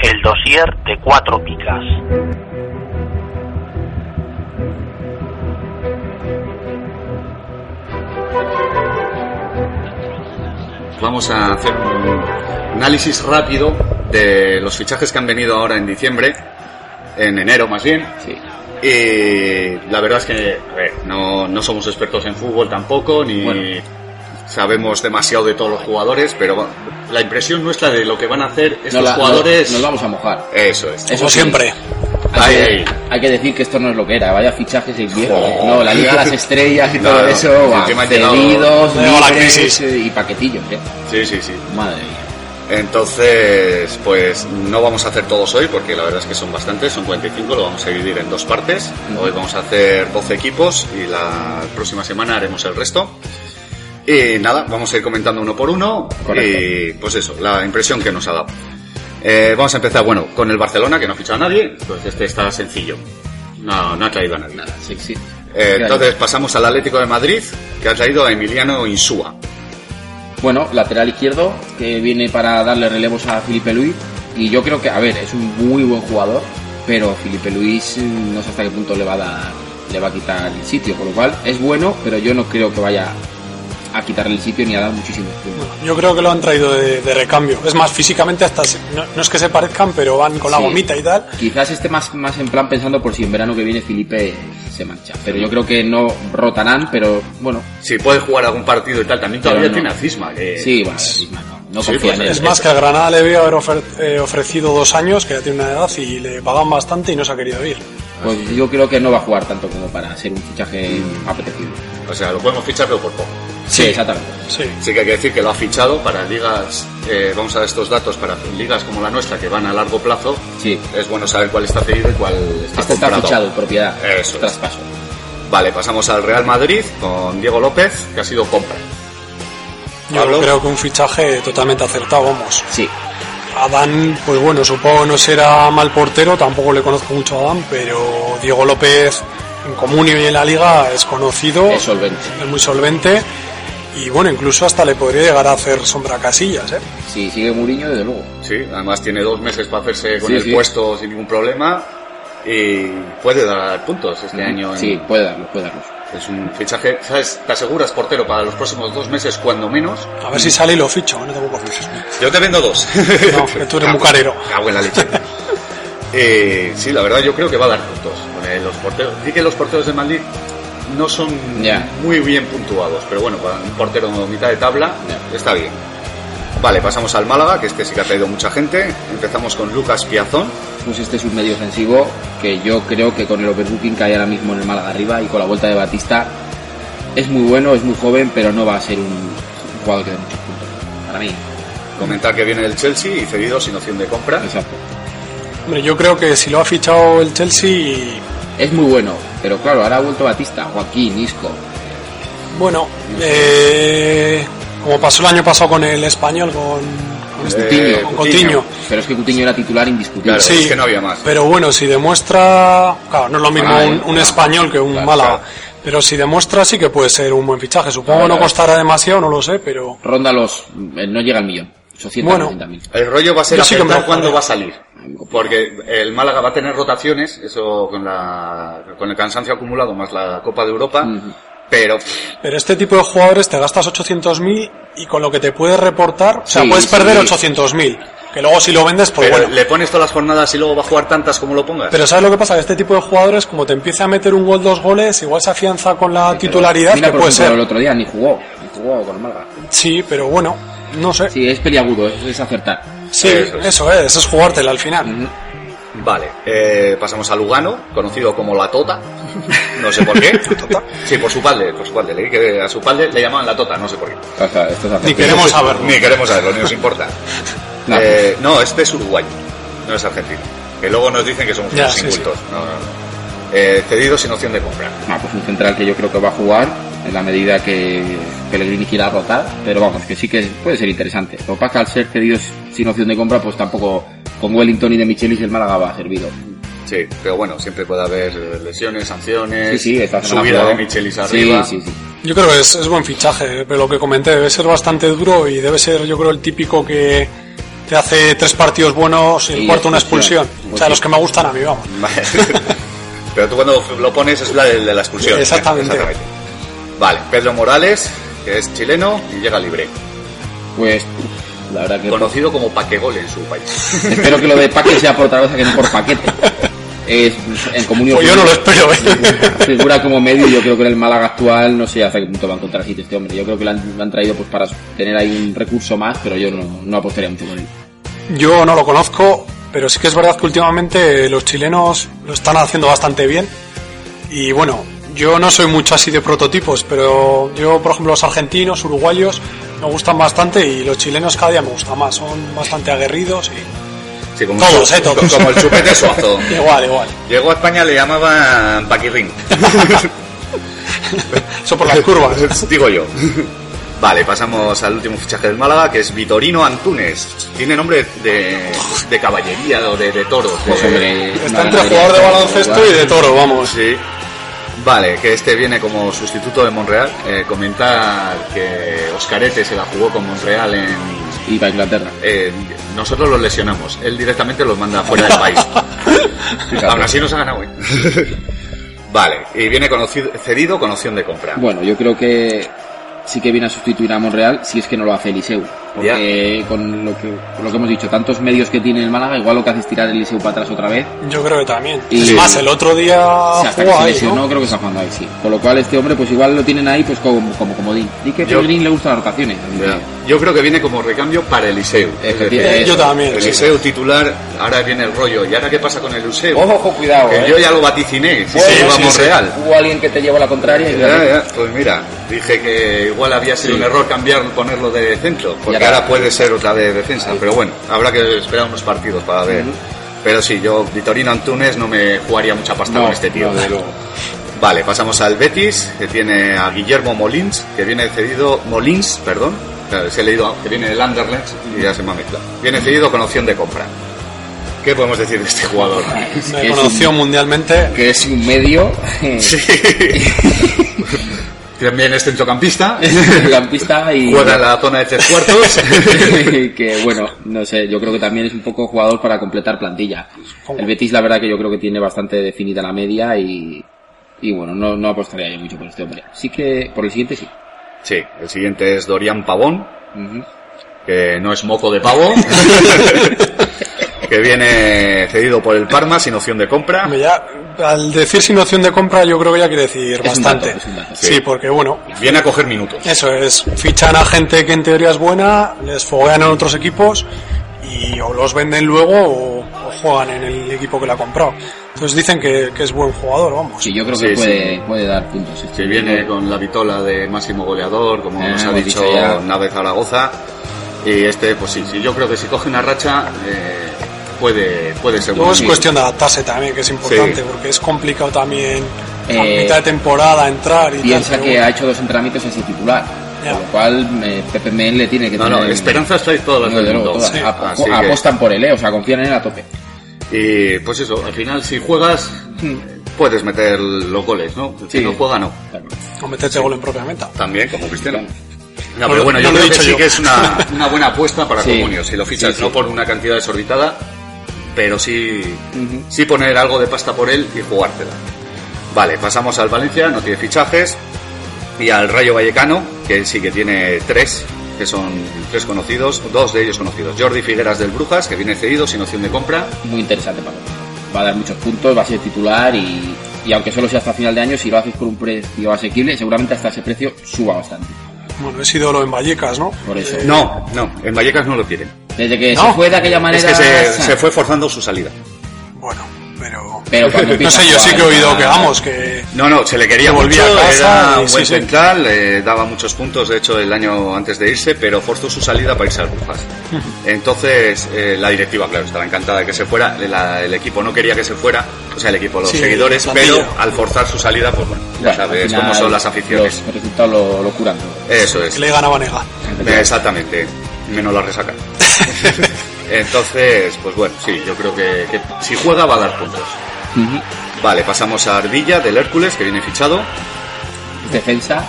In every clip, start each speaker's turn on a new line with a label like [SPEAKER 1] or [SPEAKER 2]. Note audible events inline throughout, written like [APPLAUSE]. [SPEAKER 1] El dossier de cuatro picas.
[SPEAKER 2] Vamos a hacer un análisis rápido de los fichajes que han venido ahora en diciembre, en enero más bien.
[SPEAKER 3] Sí.
[SPEAKER 2] Y la verdad es que, a ver, no, no somos expertos en fútbol tampoco, ni
[SPEAKER 3] Bueno.
[SPEAKER 2] sabemos demasiado de todos los jugadores, pero va- la impresión nuestra de lo que van a hacer estos
[SPEAKER 3] Nos la-
[SPEAKER 2] jugadores...
[SPEAKER 3] nos- nos vamos a mojar.
[SPEAKER 2] Eso es.
[SPEAKER 3] Eso
[SPEAKER 4] Como
[SPEAKER 3] sí,
[SPEAKER 4] siempre.
[SPEAKER 2] Ahí,
[SPEAKER 3] Hay,
[SPEAKER 2] ahí.
[SPEAKER 3] hay que decir que esto no es lo que era, vaya fichajes y viejo.
[SPEAKER 2] Joder.
[SPEAKER 3] No, la Liga de las Estrellas y
[SPEAKER 2] No,
[SPEAKER 3] todo
[SPEAKER 2] no.
[SPEAKER 3] eso,
[SPEAKER 2] Sí,
[SPEAKER 3] va,
[SPEAKER 2] que me ha llegado-
[SPEAKER 3] cedidos,
[SPEAKER 4] me ha llegado la
[SPEAKER 3] libres,
[SPEAKER 4] crisis.
[SPEAKER 3] eh, y paquetillos, ¿eh?
[SPEAKER 2] Sí, sí, sí.
[SPEAKER 3] Madre mía.
[SPEAKER 2] Entonces, pues no vamos a hacer todos hoy porque la verdad es que son bastantes, son 45, lo vamos a dividir en dos partes. Hoy vamos a hacer 12 equipos y la próxima semana haremos el resto. Y nada, vamos a ir comentando uno por uno
[SPEAKER 3] Correcto.
[SPEAKER 2] y pues eso, la impresión que nos ha dado. Eh, vamos a empezar, bueno, con el Barcelona que no ha fichado a nadie, pues este está sencillo. No, no ha traído a nadie.
[SPEAKER 3] Nada, sí, sí.
[SPEAKER 2] Eh,
[SPEAKER 3] Claro.
[SPEAKER 2] entonces pasamos al Atlético de Madrid que ha traído a Emiliano Insúa.
[SPEAKER 3] Bueno, lateral izquierdo, que viene para darle relevos a Felipe Luis. Y yo creo que, a ver, es un muy buen jugador, pero Felipe Luis eh, no sé hasta qué punto le va a dar, le va a quitar el sitio. Con lo cual, es bueno, pero yo no creo que vaya a quitarle el sitio ni a dar muchísimos puntos.
[SPEAKER 4] Yo creo que lo han traído de, de recambio. Es más, físicamente hasta se- no, no es que se parezcan, pero van con la
[SPEAKER 3] Sí.
[SPEAKER 4] gomita y tal.
[SPEAKER 3] Quizás esté más, más en plan pensando por si en verano que viene Felipe se mancha. Pero yo creo que no rotarán, pero bueno,
[SPEAKER 2] Si puede jugar algún partido y tal, también
[SPEAKER 3] Pero
[SPEAKER 2] todavía
[SPEAKER 3] no.
[SPEAKER 2] tiene a Cisma. que-
[SPEAKER 3] sí, bueno, sí, no, no
[SPEAKER 2] Eh, pues, Sí,
[SPEAKER 3] confía
[SPEAKER 2] pues
[SPEAKER 3] en él.
[SPEAKER 4] Es más, que al Granada le había ofer- eh, ofrecido dos años, que ya tiene una edad, y le pagaban bastante y no se ha querido ir.
[SPEAKER 3] Pues yo creo que no va a jugar tanto como para ser un fichaje apetecido.
[SPEAKER 2] O sea, lo podemos fichar pero por poco.
[SPEAKER 3] Sí, exactamente.
[SPEAKER 4] Sí.
[SPEAKER 2] Sí que hay que decir que lo ha fichado para ligas, eh, vamos a dar estos datos, para ligas como la nuestra que van a largo plazo,
[SPEAKER 3] Sí.
[SPEAKER 2] es bueno saber cuál está cedido y cuál está
[SPEAKER 3] Este está
[SPEAKER 2] comprado.
[SPEAKER 3] fichado, propiedad,
[SPEAKER 2] Eso es.
[SPEAKER 3] traspaso.
[SPEAKER 2] Vale, pasamos al Real Madrid con Diego López, que ha sido compra.
[SPEAKER 4] Yo
[SPEAKER 2] Pablo.
[SPEAKER 4] creo que un fichaje totalmente acertado, vamos.
[SPEAKER 3] Sí,
[SPEAKER 4] Adán, pues bueno, supongo no será mal portero, tampoco le conozco mucho a Adán, pero Diego López en Comunio y en la Liga es
[SPEAKER 2] Oh.
[SPEAKER 4] conocido,
[SPEAKER 3] es solvente.
[SPEAKER 4] es muy solvente y bueno, incluso hasta le podría llegar a hacer sombra a Casillas, ¿eh?
[SPEAKER 3] Si sigue Muriño, desde luego.
[SPEAKER 2] Sí, además tiene dos meses para hacerse con
[SPEAKER 3] Sí,
[SPEAKER 2] el
[SPEAKER 3] sí.
[SPEAKER 2] puesto sin ningún problema y puede dar puntos este año. en-
[SPEAKER 3] Sí, puede darlos, puede darlos.
[SPEAKER 2] Es un fichaje, ¿sabes? Te aseguras portero para los próximos dos meses cuando menos.
[SPEAKER 4] A ver si sale y lo ficho, no tengo por qué.
[SPEAKER 2] Yo te vendo dos.
[SPEAKER 4] No, que tú eres muy carero.
[SPEAKER 2] [LAUGHS] Cago en la
[SPEAKER 4] [LAUGHS]
[SPEAKER 2] leche. Eh, sí, la verdad yo creo que va a dar puntos con eh, los porteros. Sí que los porteros de Madrid no son
[SPEAKER 3] Ya.
[SPEAKER 2] muy bien puntuados, pero bueno, para un portero de mitad de tabla
[SPEAKER 3] Ya.
[SPEAKER 2] está bien. Vale, pasamos al Málaga, que este sí que ha traído mucha gente. Empezamos con Lucas Piazón.
[SPEAKER 3] Pues este es un medio ofensivo que yo creo que con el overbooking que hay ahora mismo en el Málaga arriba y con la vuelta de Batista es muy bueno, es muy joven, pero no va a ser un, un jugador que dé muchos puntos. Para mí,
[SPEAKER 2] Comentar que viene del Chelsea y cedido sin opción de compra.
[SPEAKER 3] exacto.
[SPEAKER 4] Hombre, yo creo que si lo ha fichado el Chelsea,
[SPEAKER 3] Es muy bueno, pero claro, ahora ha vuelto Batista, Joaquín, Isco.
[SPEAKER 4] bueno, eh, como pasó el año pasado con el español, con, con este-
[SPEAKER 3] Coutinho.
[SPEAKER 4] con Coutinho.
[SPEAKER 3] Pero es que Coutinho era titular indiscutible.
[SPEAKER 2] Eh, Claro,
[SPEAKER 4] Sí.
[SPEAKER 2] es que no había
[SPEAKER 3] Eh,
[SPEAKER 2] más.
[SPEAKER 4] Pero bueno, si demuestra. Claro, no es lo mismo
[SPEAKER 3] Ah,
[SPEAKER 4] un, un
[SPEAKER 3] ah,
[SPEAKER 4] español que un
[SPEAKER 3] claro,
[SPEAKER 4] Málaga.
[SPEAKER 3] claro.
[SPEAKER 4] Pero si demuestra, sí que puede ser un buen fichaje. Supongo
[SPEAKER 3] Claro,
[SPEAKER 4] no
[SPEAKER 3] claro.
[SPEAKER 4] costará demasiado, no lo sé, pero.
[SPEAKER 3] Ronda los... eh, no llega al millón. 800
[SPEAKER 4] Bueno.
[SPEAKER 3] mil.
[SPEAKER 2] El rollo va a ser
[SPEAKER 4] Yo sí que
[SPEAKER 2] acertar
[SPEAKER 4] me-
[SPEAKER 2] cuándo va a salir. Porque el Málaga va a tener rotaciones, eso con, la, con el cansancio acumulado más la Copa de Europa,
[SPEAKER 3] Ujú.
[SPEAKER 2] pero pff,
[SPEAKER 4] Pero este tipo de jugadores te gastas 800.000 y con lo que te puedes reportar, o sea,
[SPEAKER 3] Sí,
[SPEAKER 4] puedes
[SPEAKER 3] sí.
[SPEAKER 4] perder 800.000. Que luego si lo vendes, pues
[SPEAKER 2] pero
[SPEAKER 4] bueno.
[SPEAKER 2] le pones todas las jornadas y luego va a jugar tantas como lo pongas.
[SPEAKER 4] Pero ¿sabes lo que pasa? Que este tipo de jugadores, como te empieza a meter un gol, dos goles, igual se afianza con la titularidad,
[SPEAKER 3] Mira,
[SPEAKER 4] que
[SPEAKER 3] por
[SPEAKER 4] puede
[SPEAKER 3] ejemplo, el
[SPEAKER 4] ser.
[SPEAKER 3] otro día ni jugó. Ni jugó con el Málaga.
[SPEAKER 4] Sí, pero bueno, no sé. Sí,
[SPEAKER 3] Sí, es peliagudo, es, es acertar.
[SPEAKER 2] Eso
[SPEAKER 4] eso
[SPEAKER 2] es.
[SPEAKER 4] es, eso es jugártela al final.
[SPEAKER 3] Ujú.
[SPEAKER 4] [LAUGHS]
[SPEAKER 2] Vale, eh, pasamos a Lugano, conocido como La Tota. no sé por qué. Sí, por su padre, por su padre. Leí que a su padre le llamaban la tota, no sé por qué.
[SPEAKER 3] O sea, esto es hacer-
[SPEAKER 2] [LAUGHS]
[SPEAKER 4] Ni queremos saberlo.
[SPEAKER 2] Ni queremos saberlo, ni nos importa.
[SPEAKER 3] No.
[SPEAKER 2] Eh, no, este es uruguayo, no es argentino. Que luego nos dicen que somos
[SPEAKER 4] Ya,
[SPEAKER 2] unos
[SPEAKER 4] sí,
[SPEAKER 2] incultos. No, no, no. Eh, cedido sin opción de compra.
[SPEAKER 3] Ah, pues un central que yo creo que va a jugar en la medida que Pellegrini quiera rotar, pero vamos, que sí que puede ser interesante. Lo que pasa es que al ser cedidos sin opción de compra, pues tampoco con Wellington y de Michelis el Málaga va servido.
[SPEAKER 2] Sí, pero bueno, siempre puede haber lesiones, sanciones,
[SPEAKER 3] Sí, sí, esta semana
[SPEAKER 2] subida
[SPEAKER 3] jugó.
[SPEAKER 2] de Michelis
[SPEAKER 3] Sí,
[SPEAKER 2] arriba. [LAUGHS]
[SPEAKER 3] sí, sí.
[SPEAKER 4] Yo creo que es, es buen fichaje, eh, pero lo que comenté debe ser bastante duro y debe ser, yo creo, el típico que te hace tres partidos buenos y el
[SPEAKER 3] Y
[SPEAKER 4] cuarto una
[SPEAKER 3] expulsión.
[SPEAKER 4] expulsión. O sea,
[SPEAKER 3] Sí.
[SPEAKER 4] los que me gustan a mí, vamos.
[SPEAKER 2] Pero tú cuando lo pones es la de, de la expulsión.
[SPEAKER 4] Exactamente.
[SPEAKER 2] Vale, Pedro Morales, que es chileno y llega libre.
[SPEAKER 3] Pues la verdad que
[SPEAKER 2] Conocido como Paquegol en su
[SPEAKER 4] [LAUGHS]
[SPEAKER 2] país.
[SPEAKER 3] espero que lo de Paquete sea por otra cosa que no por paquete. Es en comunión.
[SPEAKER 4] Pues yo no lo espero, ¿eh?
[SPEAKER 3] figura como medio, yo creo que en el Málaga actual no sé hasta qué punto va a encontrar sitio este hombre. Yo creo que lo han, lo han traído pues para tener ahí un recurso más, pero yo no, no apostaría mucho con él.
[SPEAKER 4] Yo no lo conozco, pero sí que es verdad que últimamente los chilenos lo están haciendo bastante bien. Y bueno, yo no soy mucho así de prototipos, pero yo, por ejemplo, los argentinos, uruguayos, me gustan bastante y los chilenos cada día me gustan más. Son bastante aguerridos y
[SPEAKER 2] Sí, como
[SPEAKER 4] Todos, eh, todos.
[SPEAKER 2] Como el chupete
[SPEAKER 4] [LAUGHS]
[SPEAKER 2] suazo.
[SPEAKER 4] igual, igual.
[SPEAKER 2] Llegó a España, le llamaban Paquirrín.
[SPEAKER 4] Eso por
[SPEAKER 3] [LAUGHS]
[SPEAKER 4] las
[SPEAKER 2] [LAUGHS]
[SPEAKER 4] curvas.
[SPEAKER 2] Digo yo. Vale, pasamos al último fichaje del Málaga, que es Vitorino Antunes. Tiene nombre de, de caballería o de, de toro.
[SPEAKER 3] Pues hombre,
[SPEAKER 4] Está
[SPEAKER 3] una
[SPEAKER 4] entre
[SPEAKER 3] ganadería
[SPEAKER 4] jugador de
[SPEAKER 3] está
[SPEAKER 4] baloncesto y de toro, vamos.
[SPEAKER 2] Sí. Vale, que este viene como sustituto de Monreal. Eh, comentar que Oscarete se la jugó con Monreal en...
[SPEAKER 3] Y para Inglaterra.
[SPEAKER 2] en- nosotros los lesionamos, él directamente los manda fuera del país. Aún así nos ha ganado, ¿eh? Vale, y viene conocido, cedido con opción de compra.
[SPEAKER 3] Bueno, yo creo que sí que viene a sustituir a Monreal si es que no lo hace Eliseu. Porque con lo que con lo que hemos dicho, tantos medios que tiene el Málaga, igual lo que hace es tirar el Eliseu para atrás otra vez.
[SPEAKER 4] Yo creo que también.
[SPEAKER 3] Y-
[SPEAKER 4] Es más, el otro día
[SPEAKER 3] O sea, hasta que
[SPEAKER 4] Ah, jugó
[SPEAKER 3] se
[SPEAKER 4] ahí,
[SPEAKER 3] lesionó,
[SPEAKER 4] ¿no?
[SPEAKER 3] creo que está jugando ahí, sí. Con lo cual este hombre, pues igual lo tienen ahí pues como como comodín. Y que
[SPEAKER 2] Yo-
[SPEAKER 3] a Green le gustan las rotaciones. así que-
[SPEAKER 2] Ya. Yo creo que viene como recambio para Eliseu. Es decir,
[SPEAKER 3] Efectivamente.
[SPEAKER 4] Yo también. sí.
[SPEAKER 2] Eliseu titular, ahora viene el rollo. ¿Y ahora qué pasa con Eliseu?
[SPEAKER 3] Ojo, ojo, cuidado,
[SPEAKER 2] que
[SPEAKER 3] eh.
[SPEAKER 2] yo ya lo vaticiné. Si
[SPEAKER 3] Bueno,
[SPEAKER 2] se iba a
[SPEAKER 4] sí, sí.
[SPEAKER 2] Monreal.
[SPEAKER 3] Hubo alguien que te llevó la contraria y
[SPEAKER 2] Ya, ya, Pues mira, dije que igual había sido un error cambiar ponerlo de centro, porque
[SPEAKER 3] Ya.
[SPEAKER 2] ahora puede ser otra vez defensa, pero bueno, habrá que esperar unos partidos para ver. Pero sí, yo Vitorino Antunes no me jugaría mucha pasta
[SPEAKER 3] No,
[SPEAKER 2] con este tío.
[SPEAKER 3] no, desde luego.
[SPEAKER 2] Vale, pasamos al Betis, que tiene a Guillermo Molins, que viene cedido Molins, perdón. Claro, se ha leído que viene del Anderlecht y ya se me ha mezclado. Viene cedido con opción de compra. ¿Qué podemos decir de este jugador?
[SPEAKER 4] Me
[SPEAKER 3] Es un-
[SPEAKER 4] conoció mundialmente.
[SPEAKER 3] que es un medio
[SPEAKER 2] También es
[SPEAKER 3] [LAUGHS]
[SPEAKER 2] centrocampista.
[SPEAKER 3] [LAUGHS] campista y
[SPEAKER 2] Juega en la zona de tres cuartos.
[SPEAKER 3] [LAUGHS] que bueno, no sé, yo creo que también es un poco jugador para completar plantilla.
[SPEAKER 4] ¿Cómo?
[SPEAKER 3] El Betis la verdad que yo creo que tiene bastante definida la media y, y bueno, no, no apostaría yo mucho por este hombre. Sí que por el siguiente sí.
[SPEAKER 2] Sí, el siguiente es Dorian Pavón,
[SPEAKER 3] Ujú.
[SPEAKER 2] que no es moco de pavo. que viene cedido por el Parma sin opción de compra.
[SPEAKER 4] Hombre, ya, al decir sin opción de compra, yo creo que ya quiere decir
[SPEAKER 3] Es un
[SPEAKER 4] bastante.
[SPEAKER 3] dato, es un dato.
[SPEAKER 4] Sí,
[SPEAKER 2] Sí.
[SPEAKER 4] porque bueno,
[SPEAKER 2] Viene a coger minutos.
[SPEAKER 4] eso es, fichan a gente que en teoría es buena, les foguean en otros equipos y o los venden luego o, o juegan en el equipo que la ha comprado. Entonces dicen que, que es buen jugador, vamos.
[SPEAKER 3] Sí, yo creo
[SPEAKER 2] Sí,
[SPEAKER 3] que
[SPEAKER 2] sí.
[SPEAKER 3] puede, puede dar puntos. este
[SPEAKER 2] Que viene
[SPEAKER 3] hombre.
[SPEAKER 2] con la vitola de máximo goleador, como
[SPEAKER 3] Eh,
[SPEAKER 2] nos ha
[SPEAKER 3] hemos
[SPEAKER 2] dicho
[SPEAKER 3] dicho ya.
[SPEAKER 2] Nave Zaragoza. Y este, pues sí, sí, yo creo que si coge una racha, eh, puede, puede ser
[SPEAKER 4] Luego
[SPEAKER 2] bueno.
[SPEAKER 4] es
[SPEAKER 2] Sí.
[SPEAKER 4] cuestión de adaptarse también, que es importante,
[SPEAKER 2] Sí.
[SPEAKER 4] porque es complicado también a
[SPEAKER 3] Eh,
[SPEAKER 4] mitad de temporada entrar y
[SPEAKER 3] Piensa
[SPEAKER 4] tal.
[SPEAKER 3] que
[SPEAKER 4] pero
[SPEAKER 3] ha hecho dos entrenamientos así titular,
[SPEAKER 4] Ya.
[SPEAKER 3] con lo cual eh, Pepe Mel le tiene que
[SPEAKER 2] No,
[SPEAKER 3] tener...
[SPEAKER 2] no, esperanzas trae todas las
[SPEAKER 3] No,
[SPEAKER 2] del
[SPEAKER 3] de luego,
[SPEAKER 2] mundo.
[SPEAKER 3] todas.
[SPEAKER 4] Sí.
[SPEAKER 3] Apo-
[SPEAKER 2] Así Ah, que-
[SPEAKER 3] Apostan por él, eh, o sea, confían en él a tope.
[SPEAKER 2] Y pues eso, al final, si juegas, puedes meter los goles, ¿no? Si
[SPEAKER 3] Hmm. Sí.
[SPEAKER 2] no juega, no.
[SPEAKER 3] Claro.
[SPEAKER 4] bueno, O meterte gol en propia meta.
[SPEAKER 2] También, como Cristiano.
[SPEAKER 3] Claro.
[SPEAKER 2] No,
[SPEAKER 4] No
[SPEAKER 2] pero
[SPEAKER 4] lo-
[SPEAKER 2] bueno,
[SPEAKER 4] no
[SPEAKER 2] yo
[SPEAKER 4] lo he
[SPEAKER 2] creo que
[SPEAKER 4] dicho
[SPEAKER 2] sí
[SPEAKER 4] yo.
[SPEAKER 2] que es una, una buena apuesta [LAUGHS] para
[SPEAKER 3] Sí.
[SPEAKER 2] Comunio. Si lo fichas
[SPEAKER 3] Sí, sí.
[SPEAKER 2] no por una cantidad desorbitada, pero sí,
[SPEAKER 3] Ujú.
[SPEAKER 2] sí poner algo de pasta por él y jugártela. Vale, pasamos al Valencia, no tiene fichajes. Y al Rayo Vallecano, que sí que tiene tres, que son tres conocidos, dos de ellos conocidos. Jordi Figueras del Brujas, que viene cedido sin opción de compra.
[SPEAKER 3] muy interesante para él. Va a dar muchos puntos, va a ser titular y, y aunque solo sea hasta final de año, si lo haces por un precio asequible, seguramente hasta ese precio suba bastante.
[SPEAKER 4] Bueno, es ídolo en Vallecas, ¿no? Eh,
[SPEAKER 3] Por eso.
[SPEAKER 2] No, no, en Vallecas no lo tienen.
[SPEAKER 3] Desde que
[SPEAKER 4] No.
[SPEAKER 3] se fue de aquella manera...
[SPEAKER 2] Es que se, se fue forzando su salida.
[SPEAKER 4] Bueno, pero...
[SPEAKER 3] pero cuando
[SPEAKER 4] [LAUGHS] No
[SPEAKER 3] empieza
[SPEAKER 4] sé,
[SPEAKER 3] a
[SPEAKER 4] yo
[SPEAKER 3] jugar
[SPEAKER 4] sí que he
[SPEAKER 3] en
[SPEAKER 4] oído
[SPEAKER 3] la-
[SPEAKER 4] que vamos, que.
[SPEAKER 2] No, no, se le quería
[SPEAKER 4] Que volvía
[SPEAKER 2] mucho,
[SPEAKER 4] a casa
[SPEAKER 2] era
[SPEAKER 4] y
[SPEAKER 2] un buen
[SPEAKER 4] sí, sí.
[SPEAKER 2] central, eh, daba muchos puntos, de hecho, el año antes de irse, pero forzó su salida para irse al Brujas. Entonces, eh, la directiva, claro, estaba encantada de que se fuera, la- el equipo no quería que se fuera, o sea, el equipo, los
[SPEAKER 4] Sí,
[SPEAKER 2] seguidores,
[SPEAKER 4] plantilla.
[SPEAKER 2] pero al forzar su salida, pues bueno, ya
[SPEAKER 3] Bueno, al
[SPEAKER 2] sabes
[SPEAKER 3] final,
[SPEAKER 2] cómo son las aficiones.
[SPEAKER 3] Los resultados lo, lo curan todo.
[SPEAKER 2] Eso es. eh,
[SPEAKER 4] que le ganaba nega.
[SPEAKER 2] Exactamente, menos la resaca. Entonces, pues bueno, sí, yo creo que, que si juega va a dar puntos.
[SPEAKER 3] Ujú.
[SPEAKER 2] Vale, pasamos a Ardilla del Hércules, que viene fichado.
[SPEAKER 3] Defensa.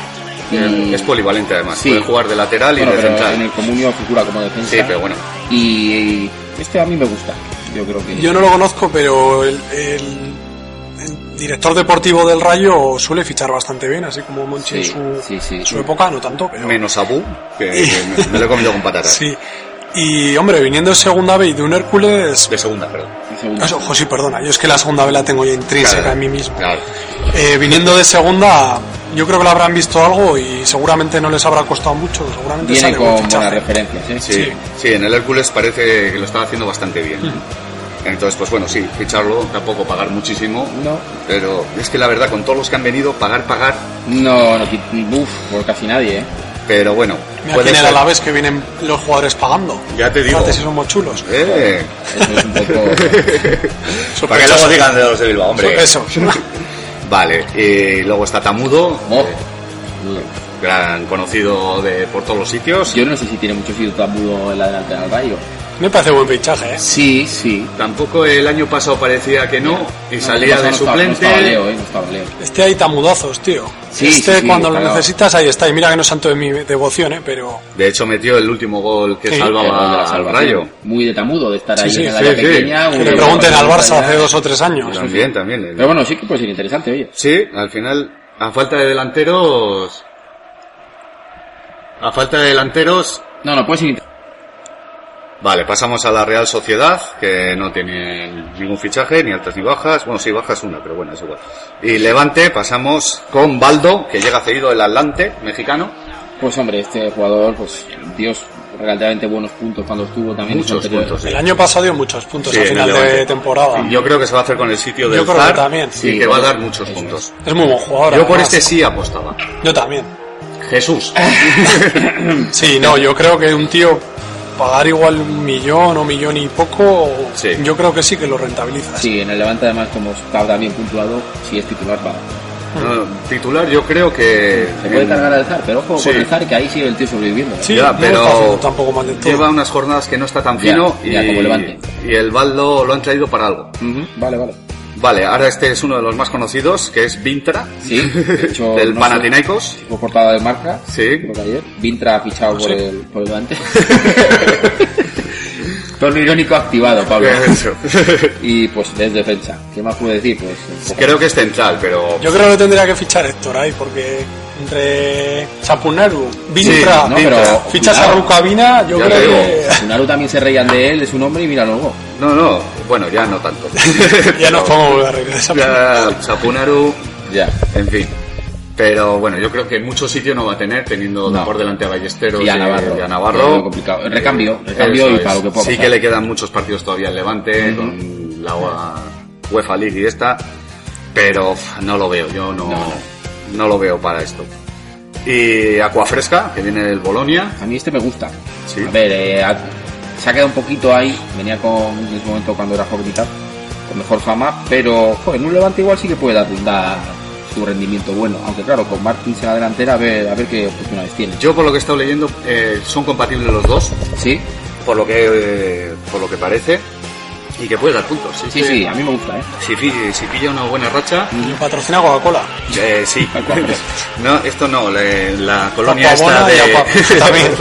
[SPEAKER 3] y-
[SPEAKER 2] Eh, Es polivalente además,
[SPEAKER 3] Sí.
[SPEAKER 2] puede jugar de lateral y
[SPEAKER 3] bueno,
[SPEAKER 2] de
[SPEAKER 3] pero
[SPEAKER 2] central.
[SPEAKER 3] en el comunio figura como defensa.
[SPEAKER 2] Sí, pero bueno,
[SPEAKER 3] Y este a mí me gusta. Yo creo que.
[SPEAKER 4] Yo no lo conozco, pero el, el- el director deportivo del Rayo suele fichar bastante bien, así como Monchi
[SPEAKER 3] Sí,
[SPEAKER 4] en su,
[SPEAKER 3] sí, sí.
[SPEAKER 4] su época, no tanto, pero.
[SPEAKER 2] menos Abu, que, que me- me lo he comido con patatas.
[SPEAKER 4] Sí. Y hombre, viniendo en segunda B y de un Hércules.
[SPEAKER 2] De segunda, perdón.
[SPEAKER 3] en segunda.
[SPEAKER 4] Eso, José, perdona, yo es que la segunda B la tengo ya intrínseca
[SPEAKER 2] Claro,
[SPEAKER 4] en mí mismo.
[SPEAKER 2] claro.
[SPEAKER 4] Eh, viniendo de segunda, yo creo que le habrán visto algo y seguramente no les habrá costado mucho. Seguramente
[SPEAKER 3] Viene
[SPEAKER 4] sale buen
[SPEAKER 3] con buenas
[SPEAKER 4] fichaje.
[SPEAKER 3] referencias, ¿eh?
[SPEAKER 2] Sí,
[SPEAKER 4] Sí. Hmm.
[SPEAKER 2] sí, en el Hércules parece que lo estaba haciendo bastante bien. Entonces, pues bueno, sí, ficharlo, tampoco pagar muchísimo,
[SPEAKER 3] No,
[SPEAKER 2] pero es que la verdad, con todos los que han venido, pagar, pagar,
[SPEAKER 3] no, no, qui- buf, por casi nadie, ¿eh?
[SPEAKER 2] pero bueno,
[SPEAKER 4] Mira
[SPEAKER 2] puede
[SPEAKER 4] quién era
[SPEAKER 2] ser.
[SPEAKER 4] la vez que vienen los jugadores pagando.
[SPEAKER 2] Ya te digo.
[SPEAKER 4] Fíjate si somos chulos.
[SPEAKER 2] Eh,
[SPEAKER 3] Eso es un poco.
[SPEAKER 2] para que luego digan de los de Bilbao, hombre.
[SPEAKER 4] Eso.
[SPEAKER 2] Vale, y luego está Tamudo,
[SPEAKER 4] Oh.
[SPEAKER 3] Mo.
[SPEAKER 2] gran conocido de por todos los sitios.
[SPEAKER 3] Yo no sé si tiene mucho sitio tabudo en la delantera del Rayo.
[SPEAKER 4] Me parece buen fichaje, ¿eh?
[SPEAKER 3] Sí, sí.
[SPEAKER 2] Tampoco el año pasado parecía que no, y salía
[SPEAKER 3] No,
[SPEAKER 2] de
[SPEAKER 3] no estaba-
[SPEAKER 2] suplente.
[SPEAKER 3] No estaba Leo, ¿eh? No estaba Leo.
[SPEAKER 4] Este hay tamudazos, tío.
[SPEAKER 3] Sí,
[SPEAKER 4] este
[SPEAKER 3] sí, sí,
[SPEAKER 4] cuando lo
[SPEAKER 3] cagao.
[SPEAKER 4] necesitas, ahí está. Y mira que no es santo de mi devoción, ¿eh? Pero
[SPEAKER 2] De hecho, metió el último gol que
[SPEAKER 4] Sí,
[SPEAKER 3] El gol de la
[SPEAKER 2] salvaba al
[SPEAKER 3] salvación.
[SPEAKER 2] Rayo.
[SPEAKER 3] Muy de tamudo de estar
[SPEAKER 4] Sí,
[SPEAKER 3] ahí
[SPEAKER 4] sí,
[SPEAKER 3] en el
[SPEAKER 4] sí,
[SPEAKER 3] área
[SPEAKER 2] sí.
[SPEAKER 3] pequeña.
[SPEAKER 4] que
[SPEAKER 3] un-
[SPEAKER 4] le pregunten al Barça hace
[SPEAKER 3] Pero
[SPEAKER 4] dos o tres años.
[SPEAKER 2] También, también. el-
[SPEAKER 3] bueno, sí que puede ser interesante, oye.
[SPEAKER 2] Sí, al final, a falta de delanteros. A falta de delanteros.
[SPEAKER 3] No, no, puede ser interesante.
[SPEAKER 2] Vale, pasamos a la Real Sociedad, que no tiene ningún fichaje, ni altas ni bajas. Bueno, sí, bajas una, pero bueno, es igual. Y Levante, pasamos con Baldo, que llega cedido del Atlante, mexicano.
[SPEAKER 3] Pues hombre, este jugador, pues Dios, relativamente buenos puntos cuando estuvo también. en su
[SPEAKER 2] Muchos
[SPEAKER 3] anterior-
[SPEAKER 2] puntos. sí.
[SPEAKER 4] El año pasado dio muchos puntos
[SPEAKER 2] Sí,
[SPEAKER 4] a
[SPEAKER 2] en el
[SPEAKER 4] final de
[SPEAKER 2] Levante.
[SPEAKER 4] temporada.
[SPEAKER 2] Yo creo que se va a hacer con el sitio
[SPEAKER 4] Yo
[SPEAKER 2] del
[SPEAKER 4] creo que
[SPEAKER 2] Zar
[SPEAKER 4] también.
[SPEAKER 2] y
[SPEAKER 3] Sí,
[SPEAKER 2] que va a
[SPEAKER 3] bueno,
[SPEAKER 2] dar muchos
[SPEAKER 3] eso
[SPEAKER 2] puntos.
[SPEAKER 4] Es muy buen jugador.
[SPEAKER 2] Yo por
[SPEAKER 4] además.
[SPEAKER 2] este sí apostaba.
[SPEAKER 4] Yo también.
[SPEAKER 2] Jesús.
[SPEAKER 4] [LAUGHS] Sí, no, yo creo que un tío pagar igual un millón o millón y poco,
[SPEAKER 2] Sí.
[SPEAKER 4] yo creo que sí que lo rentabilizas.
[SPEAKER 3] Sí, en el Levante además, como está también puntuado, si es titular para.
[SPEAKER 2] No, titular yo creo que...
[SPEAKER 3] Se puede cargar al Zar, pero ojo
[SPEAKER 2] Sí.
[SPEAKER 3] con el Zar, que ahí sigue el tío sobreviviendo. ¿eh?
[SPEAKER 4] Sí,
[SPEAKER 2] Ya,
[SPEAKER 4] no
[SPEAKER 2] pero
[SPEAKER 4] está haciendo tampoco mal del todo.
[SPEAKER 2] Lleva unas jornadas que no está tan
[SPEAKER 3] Ya,
[SPEAKER 2] fino
[SPEAKER 3] ya,
[SPEAKER 2] y,
[SPEAKER 3] como Levante.
[SPEAKER 2] y el Baldo lo han traído para algo.
[SPEAKER 3] Ujú, Vale, vale.
[SPEAKER 2] Vale, ahora este es uno de los más conocidos, que es Vintra,
[SPEAKER 3] Sí, de
[SPEAKER 2] [LAUGHS]
[SPEAKER 3] hecho,
[SPEAKER 2] del
[SPEAKER 3] no
[SPEAKER 2] Panathinaikos.
[SPEAKER 3] sé, Fue portada de marca.
[SPEAKER 2] Sí.
[SPEAKER 3] Creo que ayer. Vintra ha fichado por,
[SPEAKER 4] sí.
[SPEAKER 3] el, por el Levante. Torno irónico activado, Pablo.
[SPEAKER 2] [LAUGHS] Eso.
[SPEAKER 3] Y pues es defensa. ¿Qué más puedo decir? Pues un poco-
[SPEAKER 2] creo que es central, pero...
[SPEAKER 4] Yo creo que tendría que fichar Héctor ahí, porque entre Sapunaru, Vintra,
[SPEAKER 3] no,
[SPEAKER 2] Vintra.
[SPEAKER 3] pero
[SPEAKER 4] fichas a
[SPEAKER 3] cuidado.
[SPEAKER 4] Rucabina, yo
[SPEAKER 2] Ya
[SPEAKER 4] creo
[SPEAKER 2] te
[SPEAKER 4] que
[SPEAKER 3] Naru también se reían de él, es un hombre y mira luego.
[SPEAKER 2] No, no, bueno, ya no tanto.
[SPEAKER 4] [LAUGHS] [LAUGHS] ya nos podemos volver a reír de Sapunaru.
[SPEAKER 2] [LAUGHS] Ya, Sapunaru,
[SPEAKER 3] Ya.
[SPEAKER 2] en fin. Pero bueno, yo creo que mucho sitio no va a tener, teniendo
[SPEAKER 3] No.
[SPEAKER 2] por delante a Ballesteros
[SPEAKER 3] Y a Navarro.
[SPEAKER 2] y a
[SPEAKER 3] Que es
[SPEAKER 2] Navarro. Eh,
[SPEAKER 3] lo complicado. El recambio, recambio
[SPEAKER 2] Eso
[SPEAKER 3] y para
[SPEAKER 2] es.
[SPEAKER 3] lo que pueda
[SPEAKER 2] Sí
[SPEAKER 3] pasar.
[SPEAKER 2] que le quedan muchos partidos todavía al Levante,
[SPEAKER 3] Ujú.
[SPEAKER 2] con la UA UEFA League y esta, pero uf, no lo veo, yo no,
[SPEAKER 3] No, no.
[SPEAKER 2] no lo veo para esto. Y Aquafresca, que viene del Bolonia,
[SPEAKER 3] A mí este me gusta.
[SPEAKER 2] Sí.
[SPEAKER 3] A ver, eh, ha- se ha quedado un poquito ahí. Venía con en ese momento cuando era joven y tal, con mejor fama, pero jo, en un levante igual sí que puede dar, dar su rendimiento bueno. Aunque claro, con Martins en la delantera, a ver, a ver qué oportunidades tiene.
[SPEAKER 2] yo por lo que he estado leyendo eh, son compatibles los dos,
[SPEAKER 3] Sí,
[SPEAKER 2] por lo que, eh, por lo que parece, y que puede dar puntos.
[SPEAKER 3] sí, sí, a mí me gusta, ¿eh?
[SPEAKER 2] Si, pi- si pilla una buena racha,
[SPEAKER 4] Patrocina Coca-Cola.
[SPEAKER 2] Eh,
[SPEAKER 3] [LAUGHS]
[SPEAKER 2] sí. No, esto no, le- la, colonia esta
[SPEAKER 4] Guapabona y
[SPEAKER 2] [LAUGHS] de...
[SPEAKER 4] guapa- también.
[SPEAKER 3] [LAUGHS]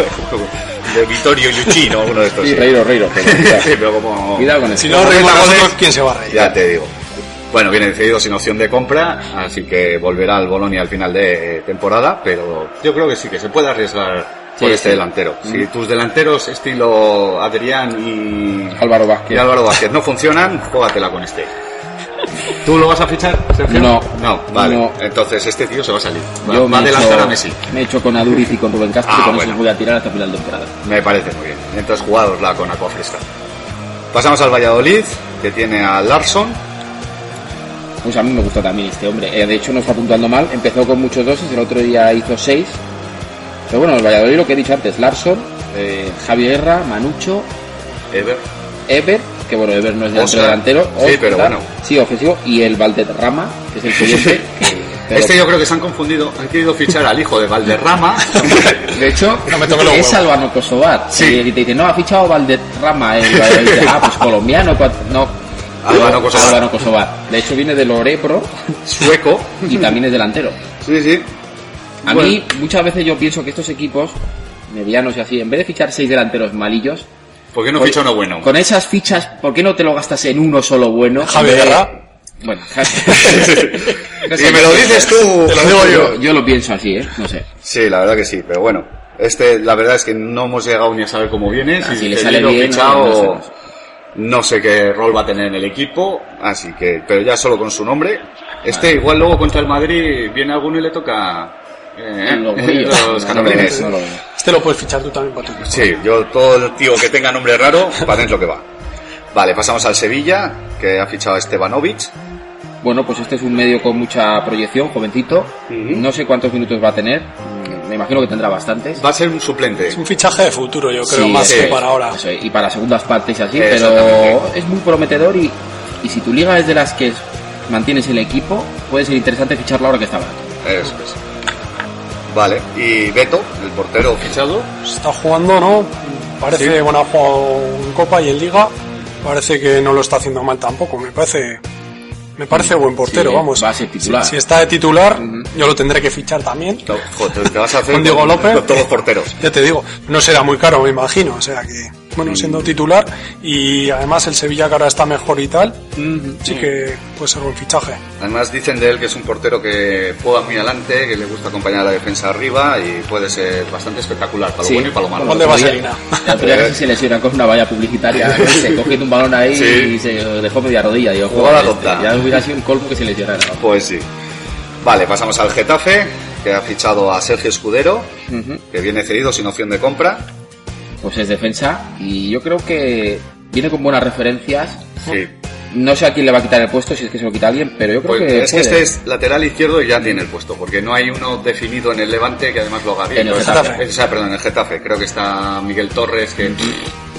[SPEAKER 2] de Vittorio Luchino, uno de estos.
[SPEAKER 3] Sí,
[SPEAKER 2] Pues sí.
[SPEAKER 3] reiro, reiro, pero
[SPEAKER 2] [LAUGHS] Sí,
[SPEAKER 3] cuidado,
[SPEAKER 2] pero como...
[SPEAKER 3] cuidado con eso.
[SPEAKER 4] Si no nos reímos nosotros, ¿quién se va a reír?
[SPEAKER 2] Ya te digo. Bueno, viene decidido sin opción de compra, así que volverá al Bolonia al final de eh, temporada, pero yo creo que sí, que se puede arriesgar por
[SPEAKER 3] Sí,
[SPEAKER 2] este
[SPEAKER 3] sí. Mm.
[SPEAKER 2] delantero. Si tus delanteros estilo Adrián y,
[SPEAKER 3] Álvaro
[SPEAKER 2] y
[SPEAKER 3] Vázquez.
[SPEAKER 2] Álvaro Vázquez no funcionan, juégatela con este. ¿Tú lo vas a fichar, Sergio?
[SPEAKER 3] No.
[SPEAKER 2] No, vale.
[SPEAKER 3] No.
[SPEAKER 2] Entonces este tío se va a salir. Va,
[SPEAKER 3] Yo
[SPEAKER 2] va a
[SPEAKER 3] me, he
[SPEAKER 2] adelantar
[SPEAKER 3] hecho,
[SPEAKER 2] a Messi.
[SPEAKER 3] me he hecho con Aduriz y con Rubén Castro
[SPEAKER 2] Ah,
[SPEAKER 3] y con
[SPEAKER 2] bueno.
[SPEAKER 3] eso voy a tirar hasta final de temporada.
[SPEAKER 2] Me parece muy bien. Entonces jugadosla con Aquafresca. Pasamos al Valladolid, que tiene a Larson,
[SPEAKER 3] Pues a mí me gusta también este hombre. Eh, de hecho, no está puntuando mal. Empezó con muchos doses, el otro día hizo seis. Pero bueno, el Valladolid, lo que he dicho antes, Larson, eh, Javi Guerra, Manucho,
[SPEAKER 2] Ever.
[SPEAKER 3] Ever, que bueno, Ever no es delantero,
[SPEAKER 2] Oscar.
[SPEAKER 3] delantero.
[SPEAKER 2] Sí,
[SPEAKER 3] Oscar,
[SPEAKER 2] pero bueno.
[SPEAKER 3] Sí, ofensivo. Y el Valderrama, que
[SPEAKER 2] [LAUGHS]
[SPEAKER 3] es el siguiente. que- pero-
[SPEAKER 2] Este yo creo que se han confundido. Han querido fichar al hijo de [LAUGHS] Valderrama.
[SPEAKER 3] De hecho,
[SPEAKER 4] No me toques los
[SPEAKER 3] es
[SPEAKER 4] huevos.
[SPEAKER 3] Albano Kosovar.
[SPEAKER 2] Sí.
[SPEAKER 3] Y te dice, no, ha fichado Valderrama. El, Valladolid. ah, pues colombiano. cua- No.
[SPEAKER 2] Albano Kosovar.
[SPEAKER 3] Albano Kosovar. De hecho, viene del Orepro
[SPEAKER 2] sueco.
[SPEAKER 3] y también es delantero.
[SPEAKER 2] Sí, sí.
[SPEAKER 3] A
[SPEAKER 2] Bueno.
[SPEAKER 3] mí, muchas veces yo pienso que estos equipos, medianos y así, en vez de fichar seis delanteros malillos,
[SPEAKER 2] ¿Por qué no
[SPEAKER 3] con-
[SPEAKER 2] ficha uno bueno? [LAUGHS]
[SPEAKER 3] Con esas fichas, ¿por qué no te lo gastas en uno solo bueno?
[SPEAKER 4] Javi
[SPEAKER 3] En vez de-
[SPEAKER 4] Guerra. [LAUGHS]
[SPEAKER 3] Bueno,
[SPEAKER 2] Y me lo dices tú, te lo digo yo.
[SPEAKER 3] Yo lo pienso así, ¿eh? No sé.
[SPEAKER 2] Sí, la verdad que sí, pero bueno. Este, la verdad es que no hemos llegado ni a saber cómo viene,
[SPEAKER 3] Ah, si
[SPEAKER 2] si
[SPEAKER 3] le
[SPEAKER 2] le
[SPEAKER 3] sale bien,
[SPEAKER 2] fichado,
[SPEAKER 3] no, no sé, no sé.
[SPEAKER 2] no sé qué rol va a tener en el equipo, así que, pero ya solo con su nombre. Este igual luego contra el Madrid viene alguno y le toca eh,
[SPEAKER 3] Lo brillo.
[SPEAKER 2] [LAUGHS] los
[SPEAKER 3] No, no lo veo,
[SPEAKER 2] canapés.
[SPEAKER 3] no lo veo.
[SPEAKER 4] Este lo puedes fichar tú también para tu equipo.
[SPEAKER 2] Sí, yo todo el tío que tenga nombre raro, para dentro que va. Vale, pasamos al Sevilla, que ha fichado a Stevanovic.
[SPEAKER 3] Bueno, pues este es un medio con mucha proyección, jovencito. No sé cuántos minutos va a tener. Mm, Me imagino que tendrá bastantes.
[SPEAKER 2] Va a ser un suplente.
[SPEAKER 4] Es un fichaje de futuro, yo creo,
[SPEAKER 3] Sí,
[SPEAKER 4] más
[SPEAKER 3] eso
[SPEAKER 4] que
[SPEAKER 3] es,
[SPEAKER 4] para ahora.
[SPEAKER 3] eso es, y para segundas partes y así, pero
[SPEAKER 2] Exactamente.
[SPEAKER 3] es muy prometedor y, y si tu liga es de las que mantienes el equipo, puede ser interesante ficharlo ahora que está barato.
[SPEAKER 2] Eso es. Vale, y Beto, el portero fichado.
[SPEAKER 4] Está jugando, ¿no? Parece,
[SPEAKER 2] Sí.
[SPEAKER 4] bueno, ha jugado en Copa y en Liga. Parece que no lo está haciendo mal tampoco. Me parece, me parece buen portero,
[SPEAKER 3] Mm, Sí,
[SPEAKER 4] vamos.
[SPEAKER 3] va a ser titular.
[SPEAKER 4] Si, si está de titular, yo lo tendré que fichar también.
[SPEAKER 2] No, joder, te vas a
[SPEAKER 3] [LAUGHS]
[SPEAKER 2] hacer
[SPEAKER 4] Con Diego López.
[SPEAKER 2] con todos los porteros.
[SPEAKER 4] Ya te digo, no será muy caro, me imagino. O sea que, bueno, siendo
[SPEAKER 3] Mm.
[SPEAKER 4] titular y además el Sevilla que ahora está mejor y tal,
[SPEAKER 3] Mm.
[SPEAKER 4] sí que puede ser buen fichaje.
[SPEAKER 2] Además dicen de él que es un portero que juega muy adelante, que le gusta acompañar a la defensa arriba y puede ser bastante espectacular para lo bueno y para lo malo.
[SPEAKER 4] Gol de
[SPEAKER 3] Otro día-
[SPEAKER 4] vaselina.
[SPEAKER 3] La primera vez que se lesiona con una valla publicitaria,
[SPEAKER 4] [LAUGHS]
[SPEAKER 3] se cogió un balón ahí
[SPEAKER 2] Sí.
[SPEAKER 3] y se dejó media rodilla. Y yo,
[SPEAKER 2] Jugada
[SPEAKER 3] joder, este,
[SPEAKER 2] tonta.
[SPEAKER 3] ya hubiera sido un colmo que se lesionara. ¿no?
[SPEAKER 2] Pues sí. Vale, pasamos al Getafe, que ha fichado a Sergio Escudero,
[SPEAKER 3] Ujú.
[SPEAKER 2] que viene cedido sin opción de compra.
[SPEAKER 3] Pues es defensa y yo creo que viene con buenas referencias.
[SPEAKER 2] Sí.
[SPEAKER 3] No sé a quién le va a quitar el puesto, si es que se lo quita alguien, pero yo creo
[SPEAKER 2] Pues
[SPEAKER 3] que.
[SPEAKER 2] es que este
[SPEAKER 3] puede.
[SPEAKER 2] es lateral izquierdo y ya tiene el puesto, porque no hay uno definido en el Levante que además lo haga bien.
[SPEAKER 3] En el
[SPEAKER 2] Pues-
[SPEAKER 4] Getafe.
[SPEAKER 2] O sea, perdón, en el Getafe. Creo que está Miguel Torres, que...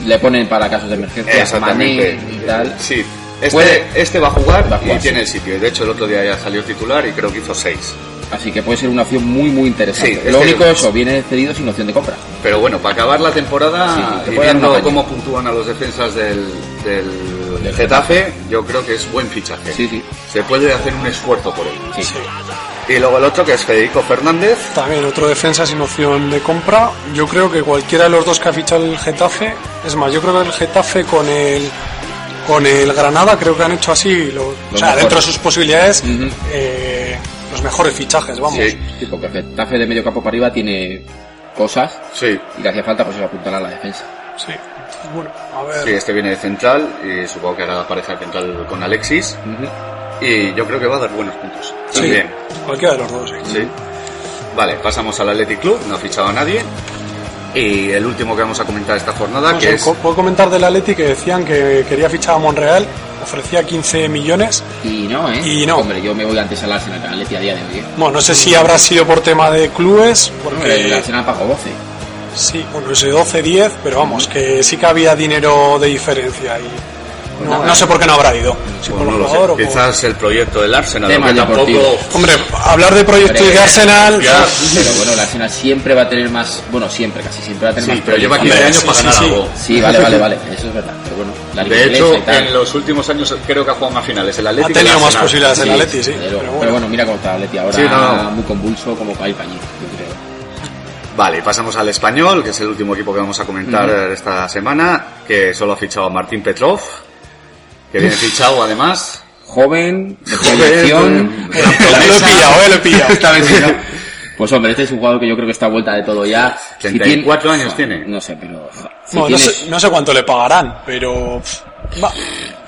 [SPEAKER 3] Le ponen para casos de emergencia, Mané
[SPEAKER 2] Exactamente.
[SPEAKER 3] y tal.
[SPEAKER 2] Sí. Este,
[SPEAKER 3] Puede.
[SPEAKER 2] este va a jugar
[SPEAKER 3] Va a jugar,
[SPEAKER 2] y tiene
[SPEAKER 3] sí.
[SPEAKER 2] el sitio. Y de hecho el otro día ya salió titular y creo que hizo seis.
[SPEAKER 3] Así que puede ser una opción muy, muy interesante.
[SPEAKER 2] Sí,
[SPEAKER 3] lo
[SPEAKER 2] este-
[SPEAKER 3] único eso, viene cedido sin opción de compra.
[SPEAKER 2] Pero bueno, para acabar la temporada
[SPEAKER 3] Sí, te
[SPEAKER 2] y
[SPEAKER 3] puede dar una
[SPEAKER 2] viendo
[SPEAKER 3] caña.
[SPEAKER 2] cómo puntúan a los defensas del, del
[SPEAKER 3] Del
[SPEAKER 2] Getafe, yo creo que es buen fichaje.
[SPEAKER 3] Sí, sí.
[SPEAKER 2] Se puede hacer un esfuerzo por él.
[SPEAKER 3] Sí.
[SPEAKER 4] Sí.
[SPEAKER 2] Y luego el otro que es Federico Fernández.
[SPEAKER 4] También otro defensa sin opción de compra. Yo creo que cualquiera de los dos que ha fichado el Getafe, es más, yo creo que el Getafe con el con el Granada creo que han hecho así, lo- o sea,
[SPEAKER 3] mejores.
[SPEAKER 4] dentro de sus posibilidades,
[SPEAKER 3] Ujú.
[SPEAKER 4] eh, los mejores fichajes, vamos.
[SPEAKER 2] Sí,
[SPEAKER 3] Sí, porque el Getafe de medio campo para arriba tiene cosas
[SPEAKER 2] sí.
[SPEAKER 3] y le hacía falta pues eso apuntalar a la defensa.
[SPEAKER 4] Sí. Bueno, a ver.
[SPEAKER 2] Sí, este viene de central y supongo que hará pareja central con Alexis.
[SPEAKER 3] Ujú.
[SPEAKER 2] Y yo creo que va a dar buenos puntos.
[SPEAKER 4] Sí,
[SPEAKER 2] También.
[SPEAKER 4] cualquiera de los dos. sí.
[SPEAKER 2] Sí. Vale, pasamos al Athletic Club, no ha fichado a nadie. Y el último que vamos a comentar esta jornada,
[SPEAKER 4] No
[SPEAKER 2] que
[SPEAKER 4] sé,
[SPEAKER 2] es...
[SPEAKER 4] co- puedo comentar del Atleti que decían que quería fichar a Monreal, ofrecía 15 millones.
[SPEAKER 3] Y no, ¿eh?
[SPEAKER 4] Y no.
[SPEAKER 3] Hombre, yo me voy antes al Arsenal que al Atleti a día de hoy. ¿eh?
[SPEAKER 4] Bueno, no sé si habrá sido por tema de clubes,
[SPEAKER 3] Hombre, el
[SPEAKER 4] porque
[SPEAKER 3] Arsenal pagó 12.
[SPEAKER 4] sí, bueno, ese 12-10, pero vamos, que sí que había dinero de diferencia y no, no sé por qué no habrá ido. Si
[SPEAKER 2] Pues
[SPEAKER 4] por
[SPEAKER 2] no lo sé,
[SPEAKER 4] jugador o por-
[SPEAKER 2] quizás el proyecto del Arsenal,
[SPEAKER 3] Tema
[SPEAKER 2] aunque tampoco...
[SPEAKER 3] deportivo.
[SPEAKER 4] Hombre, hablar de proyecto y
[SPEAKER 3] Hombre,
[SPEAKER 4] de Arsenal.
[SPEAKER 2] ya.
[SPEAKER 3] Pero bueno, el Arsenal siempre va a tener más. Bueno, siempre, casi siempre va a tener
[SPEAKER 2] Sí,
[SPEAKER 3] más.
[SPEAKER 2] pero lleva
[SPEAKER 3] problemas.
[SPEAKER 2] 15
[SPEAKER 4] Hombre,
[SPEAKER 2] años para
[SPEAKER 4] sí, sí,
[SPEAKER 2] ganar
[SPEAKER 4] sí.
[SPEAKER 2] algo.
[SPEAKER 3] Sí, vale, vale, vale. Eso es verdad. Pero bueno, la liga
[SPEAKER 2] De hecho,
[SPEAKER 3] inglesa y tal.
[SPEAKER 2] en los últimos años creo que ha jugado más finales el
[SPEAKER 4] Ha
[SPEAKER 2] Atlético.
[SPEAKER 4] tenido más
[SPEAKER 2] posibilidades.
[SPEAKER 4] posibilidades el Atleti, sí.
[SPEAKER 3] desde
[SPEAKER 4] Pero
[SPEAKER 3] luego.
[SPEAKER 4] bueno,
[SPEAKER 3] Pero bueno, mira cómo está el Atleti ahora.
[SPEAKER 2] Sí, no, no.
[SPEAKER 3] Muy convulso, como para ir para allí, yo creo.
[SPEAKER 2] Vale, pasamos al español, que es el último equipo que vamos a comentar eh, esta semana, que solo ha fichado a Martín Petrov, que viene fichado además.
[SPEAKER 3] Joven, de
[SPEAKER 2] Joven, [LAUGHS] gran
[SPEAKER 3] proyección.
[SPEAKER 4] Lo he
[SPEAKER 2] promesa.
[SPEAKER 4] pillado, eh, lo he pillado.
[SPEAKER 2] Esta vez sí, ¿no?
[SPEAKER 3] Pues hombre, este es un jugador que yo creo que está a vuelta de todo ya. Si tiene-
[SPEAKER 2] 34 años tiene.
[SPEAKER 3] No sé, pero. si
[SPEAKER 4] Bueno, no,
[SPEAKER 3] tienes-
[SPEAKER 4] sé, no sé cuánto le pagarán, pero. pff, va.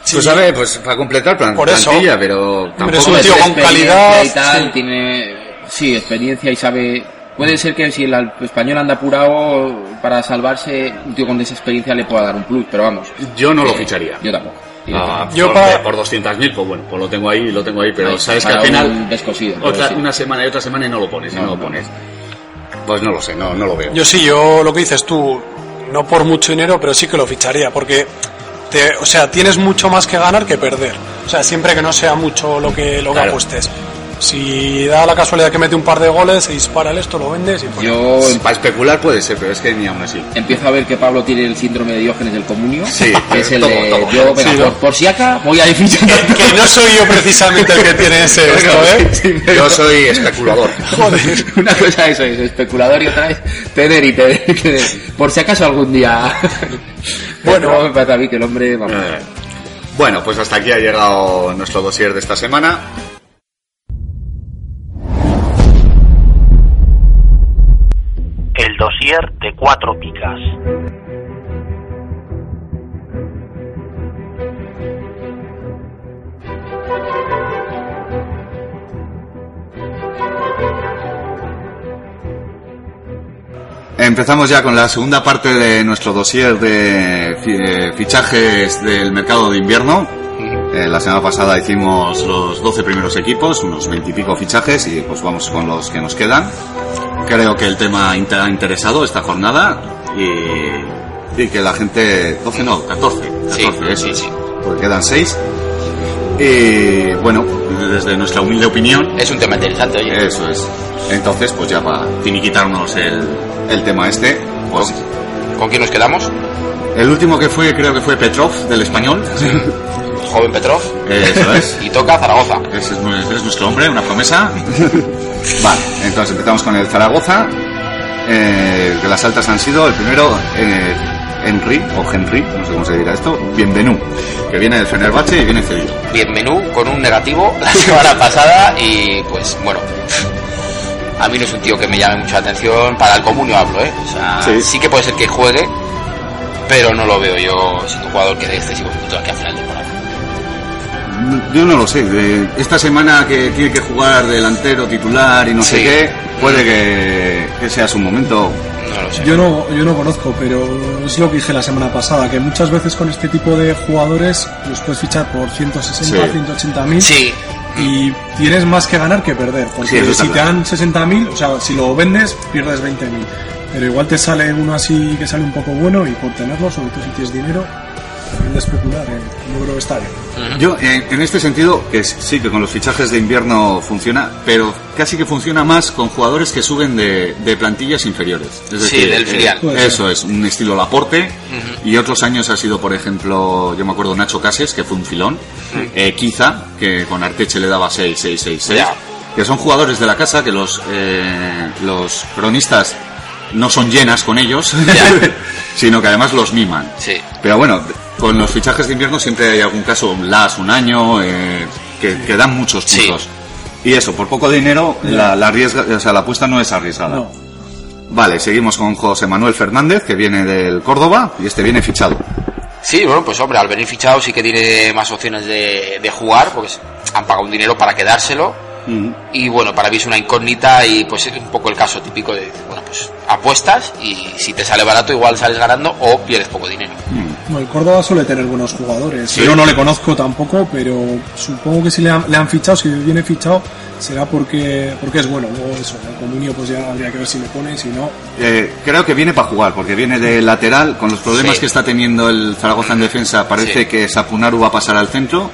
[SPEAKER 2] Pues
[SPEAKER 4] Sí.
[SPEAKER 2] a ver, pues para completar plan,
[SPEAKER 4] Por eso.
[SPEAKER 2] plantilla, pero
[SPEAKER 4] Hombre, es
[SPEAKER 2] tampoco
[SPEAKER 4] un
[SPEAKER 2] es-
[SPEAKER 4] tío con
[SPEAKER 3] experiencia
[SPEAKER 4] calidad,
[SPEAKER 3] y tal,
[SPEAKER 4] sí.
[SPEAKER 3] tiene sí experiencia y sabe puede ser que si el al- español anda apurado para salvarse un tío con esa experiencia le pueda dar un plus pero vamos
[SPEAKER 2] yo no lo ficharía.
[SPEAKER 3] yo tampoco Y
[SPEAKER 2] Ah,
[SPEAKER 4] Yo
[SPEAKER 2] por,
[SPEAKER 4] para-
[SPEAKER 2] por 200.000, pues bueno, pues lo tengo ahí, lo tengo ahí, pero
[SPEAKER 3] Ahí,
[SPEAKER 2] sabes que al
[SPEAKER 3] para un
[SPEAKER 2] final
[SPEAKER 3] descosido, pero
[SPEAKER 2] otra-
[SPEAKER 3] sí.
[SPEAKER 2] una semana y otra semana y no lo pones, y
[SPEAKER 3] No,
[SPEAKER 2] no, lo
[SPEAKER 3] no.
[SPEAKER 2] pones. Pues no lo sé, no, no lo veo.
[SPEAKER 4] Yo sí, yo lo que dices tú, no por mucho dinero, pero sí que lo ficharía, porque te, o sea, tienes mucho más que ganar que perder. O sea, siempre que no sea mucho lo que lo que
[SPEAKER 2] Claro.
[SPEAKER 4] apuestes. Si da la casualidad que mete un par de goles, se dispara el esto, lo vendes y fuera.
[SPEAKER 3] Yo em-
[SPEAKER 2] Para especular puede ser, pero es que ni aún así.
[SPEAKER 3] empiezo a ver que Pablo tiene el síndrome de Diógenes del comunio.
[SPEAKER 2] Sí,
[SPEAKER 3] que es el
[SPEAKER 2] tomo,
[SPEAKER 3] de
[SPEAKER 2] tomo.
[SPEAKER 3] yo, venga,
[SPEAKER 4] Sí,
[SPEAKER 3] por,
[SPEAKER 4] ¿no?
[SPEAKER 3] por si acá voy a ir fichando.
[SPEAKER 4] Que no soy yo precisamente el que
[SPEAKER 2] [LAUGHS]
[SPEAKER 4] tiene ese esto, ¿eh?
[SPEAKER 2] Yo soy
[SPEAKER 4] [LAUGHS]
[SPEAKER 2] especulador.
[SPEAKER 4] Joder.
[SPEAKER 3] [LAUGHS] Una cosa eso es especulador y otra es tener y tener y tener. Por si acaso algún día.
[SPEAKER 4] Bueno.
[SPEAKER 3] Pero me parece a mí que el hombre. Vamos.
[SPEAKER 2] Eh, Bueno, pues hasta aquí ha llegado nuestro dossier de esta semana.
[SPEAKER 1] El dossier de cuatro picas.
[SPEAKER 2] Empezamos ya con la segunda parte de nuestro dossier de fi- eh, fichajes del mercado de invierno. Eh, la semana pasada hicimos los 12 primeros equipos, unos 20 y pico fichajes y pues vamos con los que nos quedan. Creo que el tema inter- ha interesado esta jornada y, y que la gente... 12 no, 14. 14
[SPEAKER 5] Sí,
[SPEAKER 2] eso
[SPEAKER 5] sí,
[SPEAKER 2] es,
[SPEAKER 5] sí.
[SPEAKER 2] porque quedan 6. Y bueno, desde nuestra humilde opinión,
[SPEAKER 5] Es un tema interesante, oye.
[SPEAKER 2] eso es. Entonces, pues ya para finiquitarnos el, el tema este, pues
[SPEAKER 5] ¿Con quién nos quedamos?
[SPEAKER 2] el último que fue creo que fue Petrov del español.
[SPEAKER 5] Joven Petrov.
[SPEAKER 2] Eso es.
[SPEAKER 5] Y toca Zaragoza.
[SPEAKER 2] Ese es, nue- es nuestro hombre, una promesa. Vale, entonces empezamos con el Zaragoza. Eh, que las altas han sido el primero eh, Henry o Henry, no sé cómo se dirá esto, Bienvenu, que viene del Fenerbahce y viene cedido.
[SPEAKER 5] Bien menú con un negativo [LAUGHS] la semana pasada y pues bueno. A mí no es un tío que me llame mucho la atención, para el comunio hablo, ¿eh? O sea,
[SPEAKER 2] Sí.
[SPEAKER 5] sí. que puede ser que juegue, pero no lo veo yo siendo un jugador que dé excesivos minutos aquí a final de temporada.
[SPEAKER 2] Yo no lo sé. de- esta semana que tiene que jugar delantero, titular y no sé
[SPEAKER 5] Sí.
[SPEAKER 2] qué, puede que, que sea su momento.
[SPEAKER 5] No lo sé.
[SPEAKER 6] Yo no, yo no conozco, pero es lo que dije la semana pasada, que muchas veces con este tipo de jugadores los puedes fichar por 160,
[SPEAKER 2] Sí.
[SPEAKER 6] 180 mil
[SPEAKER 5] Sí,
[SPEAKER 6] y tienes más que ganar que perder,
[SPEAKER 2] Sí,
[SPEAKER 6] porque
[SPEAKER 2] eso está
[SPEAKER 6] si te
[SPEAKER 2] claro.
[SPEAKER 6] dan 60 mil, o sea, si lo vendes pierdes 20 mil, pero igual te sale uno así que sale un poco bueno y por tenerlo, sobre todo si tienes dinero, también de especular, ¿eh? yo creo que está bien.
[SPEAKER 2] Yo, en, en este sentido, que s- sí que con los fichajes de invierno funciona, pero casi que funciona más con jugadores que suben de, de plantillas inferiores. Es
[SPEAKER 5] Sí, del
[SPEAKER 2] eh,
[SPEAKER 5] filial.
[SPEAKER 6] Puede
[SPEAKER 2] eso es, un estilo Laporte. Y otros años ha sido, por ejemplo, yo me acuerdo Nacho Cases, que fue un filón. Eh, Kiza, que con Arteche le daba 6, 6, 6, 6.
[SPEAKER 5] Ya.
[SPEAKER 2] Que son jugadores de la casa que los, eh, los cronistas no son llenas con ellos,
[SPEAKER 5] Ya.
[SPEAKER 2] [LAUGHS] sino que además los miman.
[SPEAKER 5] sí.
[SPEAKER 2] Pero bueno, con los fichajes de invierno siempre hay algún caso, un las, un año, eh, que, que dan muchos
[SPEAKER 5] Sí.
[SPEAKER 2] puntos. Y eso, por poco dinero, la, la arriesga- o sea, la apuesta no es arriesgada.
[SPEAKER 6] No.
[SPEAKER 2] Vale, seguimos con José Manuel Fernández, que viene del Córdoba, y este viene fichado.
[SPEAKER 5] Sí, bueno, pues hombre, al venir fichado sí que tiene más opciones de, de jugar, porque se- han pagado un dinero para quedárselo. Y bueno, para mí es una incógnita y pues es un poco el caso típico de, bueno, pues apuestas y si te sale barato igual sales ganando o pierdes poco dinero.
[SPEAKER 6] Bueno, el Córdoba suele tener buenos jugadores. Yo no le conozco tampoco, pero supongo que si le han, le han fichado, si viene fichado, será porque, porque es bueno. Luego eso, el comunio pues ya habría que ver si le pone, si no.
[SPEAKER 2] Eh, creo que viene para jugar, porque viene de lateral, con los problemas
[SPEAKER 5] Sí.
[SPEAKER 2] que está teniendo el Zaragoza en defensa, parece
[SPEAKER 5] Sí.
[SPEAKER 2] que Sapunaru va a pasar al centro.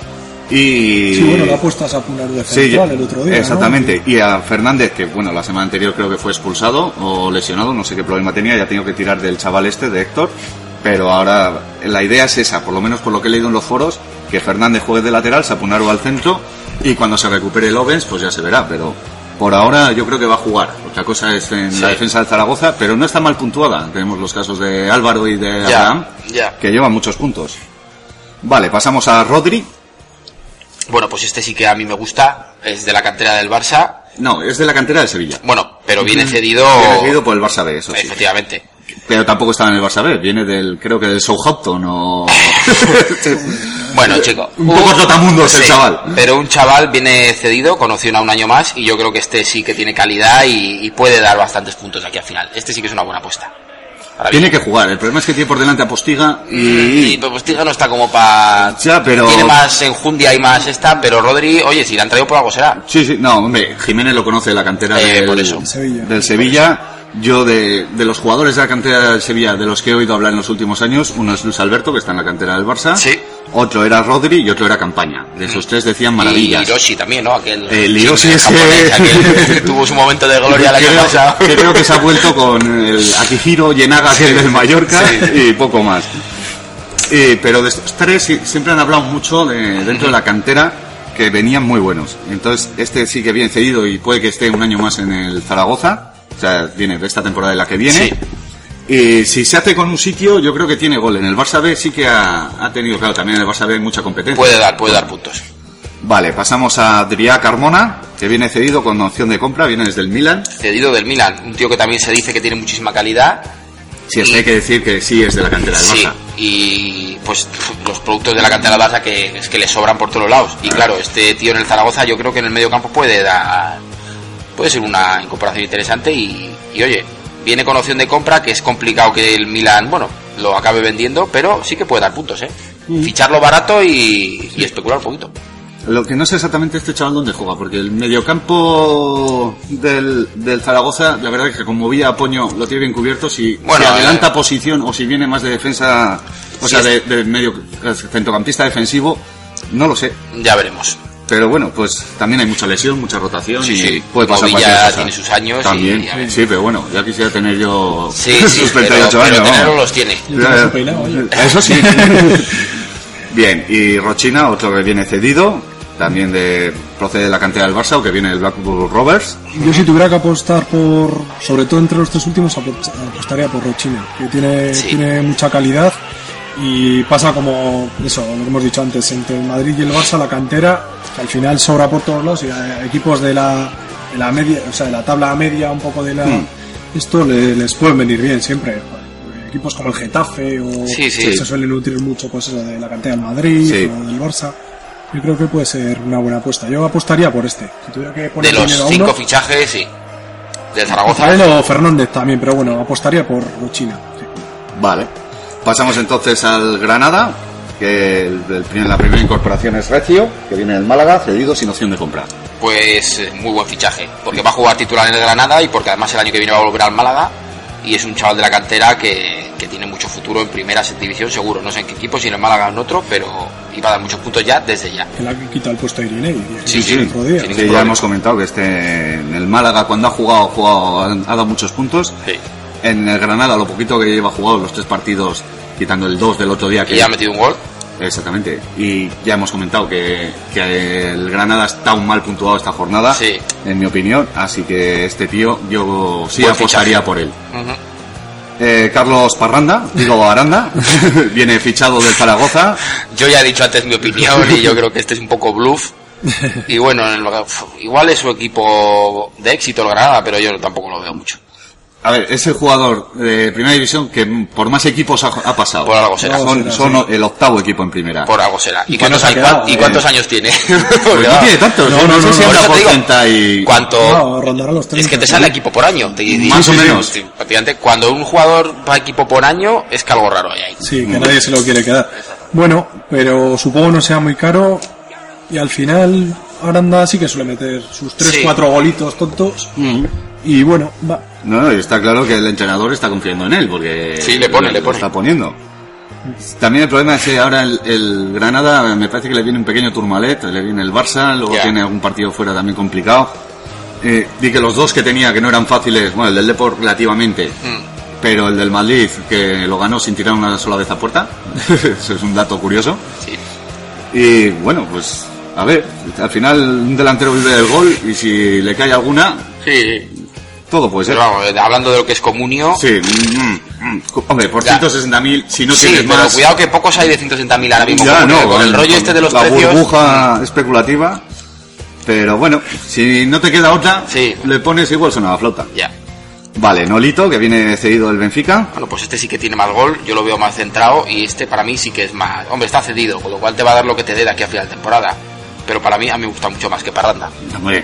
[SPEAKER 2] Y...
[SPEAKER 6] Sí, bueno, la apuesta es a Punar de
[SPEAKER 2] eh, Sí,
[SPEAKER 6] central el otro día. ¿no?
[SPEAKER 2] Exactamente. Y a Fernández, que bueno, la semana anterior creo que fue expulsado o lesionado, no sé qué problema tenía, ya tengo que tirar del chaval este, de Héctor. Pero ahora la idea es esa, por lo menos por lo que he leído en los foros, que Fernández juegue de lateral, Sapunaro al centro y cuando se recupere Lovens, pues ya se verá. Pero por ahora yo creo que va a jugar. Otra cosa es en la defensa del Zaragoza, pero no está mal puntuada. Tenemos los casos de Álvaro y de
[SPEAKER 5] Ya,
[SPEAKER 2] Abraham,
[SPEAKER 5] ya.
[SPEAKER 2] que llevan muchos puntos. Vale, pasamos a Rodri.
[SPEAKER 5] Bueno, pues este sí que a mí me gusta, es de la cantera del Barça.
[SPEAKER 2] No, es de la cantera de Sevilla.
[SPEAKER 5] Bueno, pero viene cedido...
[SPEAKER 2] Viene cedido por el Barça B, eso sí.
[SPEAKER 5] Oh. Efectivamente.
[SPEAKER 2] Pero tampoco estaba en el Barça B, viene del, creo que del Southampton
[SPEAKER 5] [LAUGHS]
[SPEAKER 2] o...
[SPEAKER 5] Bueno, chico.
[SPEAKER 2] Un poco trotamundos el chaval.
[SPEAKER 5] Pero un chaval viene cedido con opción a un año más y yo creo que este sí que tiene calidad y, y puede dar bastantes puntos aquí al final. Este sí que es una buena apuesta. Ahora
[SPEAKER 2] Tiene
[SPEAKER 5] bien,
[SPEAKER 2] que jugar. El problema es que tiene por delante a Postiga
[SPEAKER 5] Y
[SPEAKER 2] y.
[SPEAKER 5] pues Postiga no está como para...
[SPEAKER 2] Ya, pero-
[SPEAKER 5] Tiene más enjundia y más esta, pero Rodri, oye, si la han traído por algo será.
[SPEAKER 2] Sí, sí, no, hombre, Jiménez lo conoce de la cantera
[SPEAKER 5] Eh,
[SPEAKER 2] del,
[SPEAKER 5] por eso.
[SPEAKER 6] Sevilla.
[SPEAKER 2] del Sevilla. Yo, de, de los jugadores de la cantera del Sevilla, de los que he oído hablar en los últimos años, uno es Luis Alberto, que está en la cantera del Barça.
[SPEAKER 5] Sí. Mm.
[SPEAKER 2] Otro era Rodri y otro era Campaña. De esos tres decían maravillas. Eh,
[SPEAKER 5] Y Hiroshi también, ¿no? Aquel...
[SPEAKER 2] El Hiroshi ese-
[SPEAKER 5] japonés, aquel que [LAUGHS] tuvo su momento de gloria el año pasado.
[SPEAKER 2] creo, creo que se ha vuelto con el Akihiro Yenaga, que es del Mallorca, y poco más. Eh, pero de estos tres sí- siempre han hablado mucho de- dentro de la cantera que venían muy buenos. Entonces, este sí que viene cedido y puede que esté un año más en el Zaragoza. O sea, viene de esta temporada de la que viene. Y si se hace con un sitio, yo creo que tiene gol. En el Barça B sí que ha, ha tenido, claro, también en el Barça B hay mucha competencia.
[SPEAKER 5] Puede dar, puede dar puntos.
[SPEAKER 2] Vale, pasamos a Dria Carmona, que viene cedido con opción de compra, viene desde el Milan.
[SPEAKER 5] Cedido del Milan, un tío que también se dice que tiene muchísima calidad.
[SPEAKER 2] Si es que hay que decir que sí es de la cantera del
[SPEAKER 5] Sí,
[SPEAKER 2] Barça.
[SPEAKER 5] y pues pf, los productos de la cantera Barça que es que le sobran por todos lados. Y claro, este tío en el Zaragoza yo creo que en el medio campo puede dar puede ser una incorporación interesante y, y, oye, viene con opción de compra que es complicado que el Milan, bueno, lo acabe vendiendo, pero sí que puede dar puntos, ¿eh? Ficharlo barato y, y especular un poquito.
[SPEAKER 2] Lo que no sé exactamente este chaval dónde juega, porque el mediocampo del, del Zaragoza, la verdad es que como vi a Poño, lo tiene bien cubierto. Si,
[SPEAKER 5] Bueno,
[SPEAKER 2] si adelanta
[SPEAKER 5] eh,
[SPEAKER 2] posición o si viene más de defensa, o
[SPEAKER 5] Sí,
[SPEAKER 2] sea, de, de medio centrocampista defensivo, no lo sé.
[SPEAKER 5] Ya veremos.
[SPEAKER 2] Pero bueno, pues también hay mucha lesión, mucha rotación
[SPEAKER 5] Sí,
[SPEAKER 2] y
[SPEAKER 5] sí.
[SPEAKER 2] puede pasar
[SPEAKER 5] Movilla
[SPEAKER 2] cualquier cosa.
[SPEAKER 5] tiene sus años y-
[SPEAKER 2] También,
[SPEAKER 5] y a ver.
[SPEAKER 2] sí, pero bueno, ya quisiera tener yo
[SPEAKER 5] Sí,
[SPEAKER 2] [LAUGHS]
[SPEAKER 5] sí,
[SPEAKER 2] sus
[SPEAKER 5] [LAUGHS] pero,
[SPEAKER 2] 38
[SPEAKER 5] pero
[SPEAKER 2] años. vamos.
[SPEAKER 5] tenerlo los tiene.
[SPEAKER 6] Yo tengo su peinado, oye.
[SPEAKER 2] Eso sí. [LAUGHS] Bien, y Rochina, otro que viene cedido, también de procede de la cantera del Barça, o que viene del Blackpool Rovers.
[SPEAKER 6] Yo si tuviera que apostar por, sobre todo entre los tres últimos, apo- apostaría por Rochina, que tiene,
[SPEAKER 5] Sí.
[SPEAKER 6] tiene mucha calidad y pasa como eso, lo que hemos dicho antes, entre el Madrid y el Barça, la cantera, que al final sobra por todos lados y a equipos de la, de la media, o sea, de la tabla media, un poco de la...
[SPEAKER 5] Hmm.
[SPEAKER 6] Esto le- les pueden venir bien siempre. Equipos como el Getafe o
[SPEAKER 5] Sí, sí.
[SPEAKER 6] que se suelen nutrir mucho pues eso, de la cantera del Madrid
[SPEAKER 2] Sí.
[SPEAKER 6] o del Barça. Yo creo que puede ser una buena apuesta. Yo apostaría por este. Si tuviera que
[SPEAKER 5] De
[SPEAKER 6] poner
[SPEAKER 5] los
[SPEAKER 6] dinero a
[SPEAKER 5] cinco
[SPEAKER 6] uno,
[SPEAKER 5] fichajes, sí. Del Zaragoza.
[SPEAKER 6] Rafael o Fernández también, pero bueno, apostaría por China.
[SPEAKER 2] Vale. Pasamos entonces al Granada, que el- el primer- la primera incorporación es Recio, que viene del Málaga, cedido sin opción de compra.
[SPEAKER 5] pues eh, muy buen fichaje, porque va a jugar titular en el Granada y porque además el año que viene va a volver al Málaga y es un chaval de la cantera que, que tiene mucho futuro en primera división seguro, no sé en qué equipo, si en el Málaga o en otro, pero iba a dar muchos puntos ya desde ya.
[SPEAKER 6] Que le ha quitado el puesto a Irinei. que
[SPEAKER 5] Sí,
[SPEAKER 6] hizo
[SPEAKER 5] sí,
[SPEAKER 6] el otro
[SPEAKER 5] sin
[SPEAKER 6] día.
[SPEAKER 2] Sí,
[SPEAKER 5] ningún
[SPEAKER 2] ya
[SPEAKER 5] problema.
[SPEAKER 2] hemos comentado que este en el Málaga cuando ha jugado, ha jugado ha, ha dado muchos puntos.
[SPEAKER 5] Sí.
[SPEAKER 2] En el Granada, lo poquito que lleva jugado los tres partidos, quitando el 2 del otro día que
[SPEAKER 5] Y ya ha metido un gol,
[SPEAKER 2] Exactamente. Y ya hemos comentado que, que el Granada está un mal puntuado esta jornada,
[SPEAKER 5] Sí.
[SPEAKER 2] en mi opinión. Así que este tío yo sí
[SPEAKER 5] Buen
[SPEAKER 2] apostaría
[SPEAKER 5] fichaje.
[SPEAKER 2] por él.
[SPEAKER 5] Ujú.
[SPEAKER 2] Eh, Carlos Parranda, digo Aranda, viene fichado del Zaragoza.
[SPEAKER 5] yo ya he dicho antes mi opinión y yo creo que este es un poco bluff. Y bueno, en el- uf, igual es su equipo de éxito el Granada, pero yo tampoco lo veo mucho.
[SPEAKER 2] A ver, es el jugador de primera división que por más equipos ha, ha pasado.
[SPEAKER 5] Por algo será.
[SPEAKER 2] Son, son el octavo equipo en primera.
[SPEAKER 5] Por algo será. ¿Y,
[SPEAKER 6] que no
[SPEAKER 5] cuántos,
[SPEAKER 6] se ha
[SPEAKER 5] hay-
[SPEAKER 6] quedado,
[SPEAKER 5] y
[SPEAKER 6] eh.
[SPEAKER 5] cuántos años tiene? [LAUGHS]
[SPEAKER 2] Pues
[SPEAKER 5] Porque,
[SPEAKER 2] no
[SPEAKER 5] vamos,
[SPEAKER 2] tiene tantos,
[SPEAKER 6] No,
[SPEAKER 2] no,
[SPEAKER 6] no,
[SPEAKER 2] sé
[SPEAKER 6] no,
[SPEAKER 2] si
[SPEAKER 6] no,
[SPEAKER 2] habrá
[SPEAKER 5] por
[SPEAKER 2] por
[SPEAKER 5] eso te digo.
[SPEAKER 2] 30 y...
[SPEAKER 5] ¿Cuánto?
[SPEAKER 6] No, Ah, rondará los 30.
[SPEAKER 5] Es que te sale equipo por año. Te,
[SPEAKER 2] Más o menos.
[SPEAKER 5] te- prácticamente, cuando un jugador va equipo por año, es que algo raro hay ahí.
[SPEAKER 6] Sí, que nadie se lo quiere quedar. Bueno, pero supongo no sea muy caro y al final Aranda sí que suele meter sus 3-4
[SPEAKER 5] Sí.
[SPEAKER 6] golitos tontos y bueno, va.
[SPEAKER 2] No, no, y está claro que el entrenador está confiando en él, porque
[SPEAKER 5] Sí, le pone,
[SPEAKER 2] lo-
[SPEAKER 5] le
[SPEAKER 2] lo
[SPEAKER 5] pone.
[SPEAKER 2] está poniendo. También el problema es que ahora el, el Granada me parece que le viene un pequeño turmalet, le viene el Barça, luego
[SPEAKER 5] Ya.
[SPEAKER 2] tiene algún partido fuera también complicado. Eh, y que los dos que tenía que no eran fáciles, bueno, el del Depor relativamente,
[SPEAKER 5] Mm.
[SPEAKER 2] pero el del Madrid que lo ganó sin tirar una sola vez a puerta, [LAUGHS] eso es un dato curioso.
[SPEAKER 5] Sí.
[SPEAKER 2] Y bueno, pues a ver, al final un delantero vive del gol y si le cae alguna,
[SPEAKER 5] Sí,
[SPEAKER 2] todo puede ser.
[SPEAKER 5] pero vamos, eh, hablando de lo que es comunio.
[SPEAKER 2] Sí, mm, mm, mm. hombre, por
[SPEAKER 5] Ya.
[SPEAKER 2] 160.000, si no
[SPEAKER 5] sí,
[SPEAKER 2] tienes
[SPEAKER 5] pero
[SPEAKER 2] más.
[SPEAKER 5] cuidado que pocos hay de 160.000 ahora mismo.
[SPEAKER 2] ya,
[SPEAKER 5] comunio,
[SPEAKER 2] no,
[SPEAKER 5] con el rollo este de los
[SPEAKER 2] la
[SPEAKER 5] precios.
[SPEAKER 2] burbuja especulativa. Pero bueno, si no te queda otra,
[SPEAKER 5] Sí.
[SPEAKER 2] le pones igual suena la flauta.
[SPEAKER 5] Ya.
[SPEAKER 2] Vale, Nolito, que viene cedido del Benfica.
[SPEAKER 5] Bueno, pues este sí que tiene más gol. Yo lo veo más centrado. Y este para mí sí que es más. Hombre, está cedido. Con lo cual te va a dar lo que te dé de aquí a final de temporada. Pero para mí, a mí me gusta mucho más que Parranda.
[SPEAKER 2] Hombre.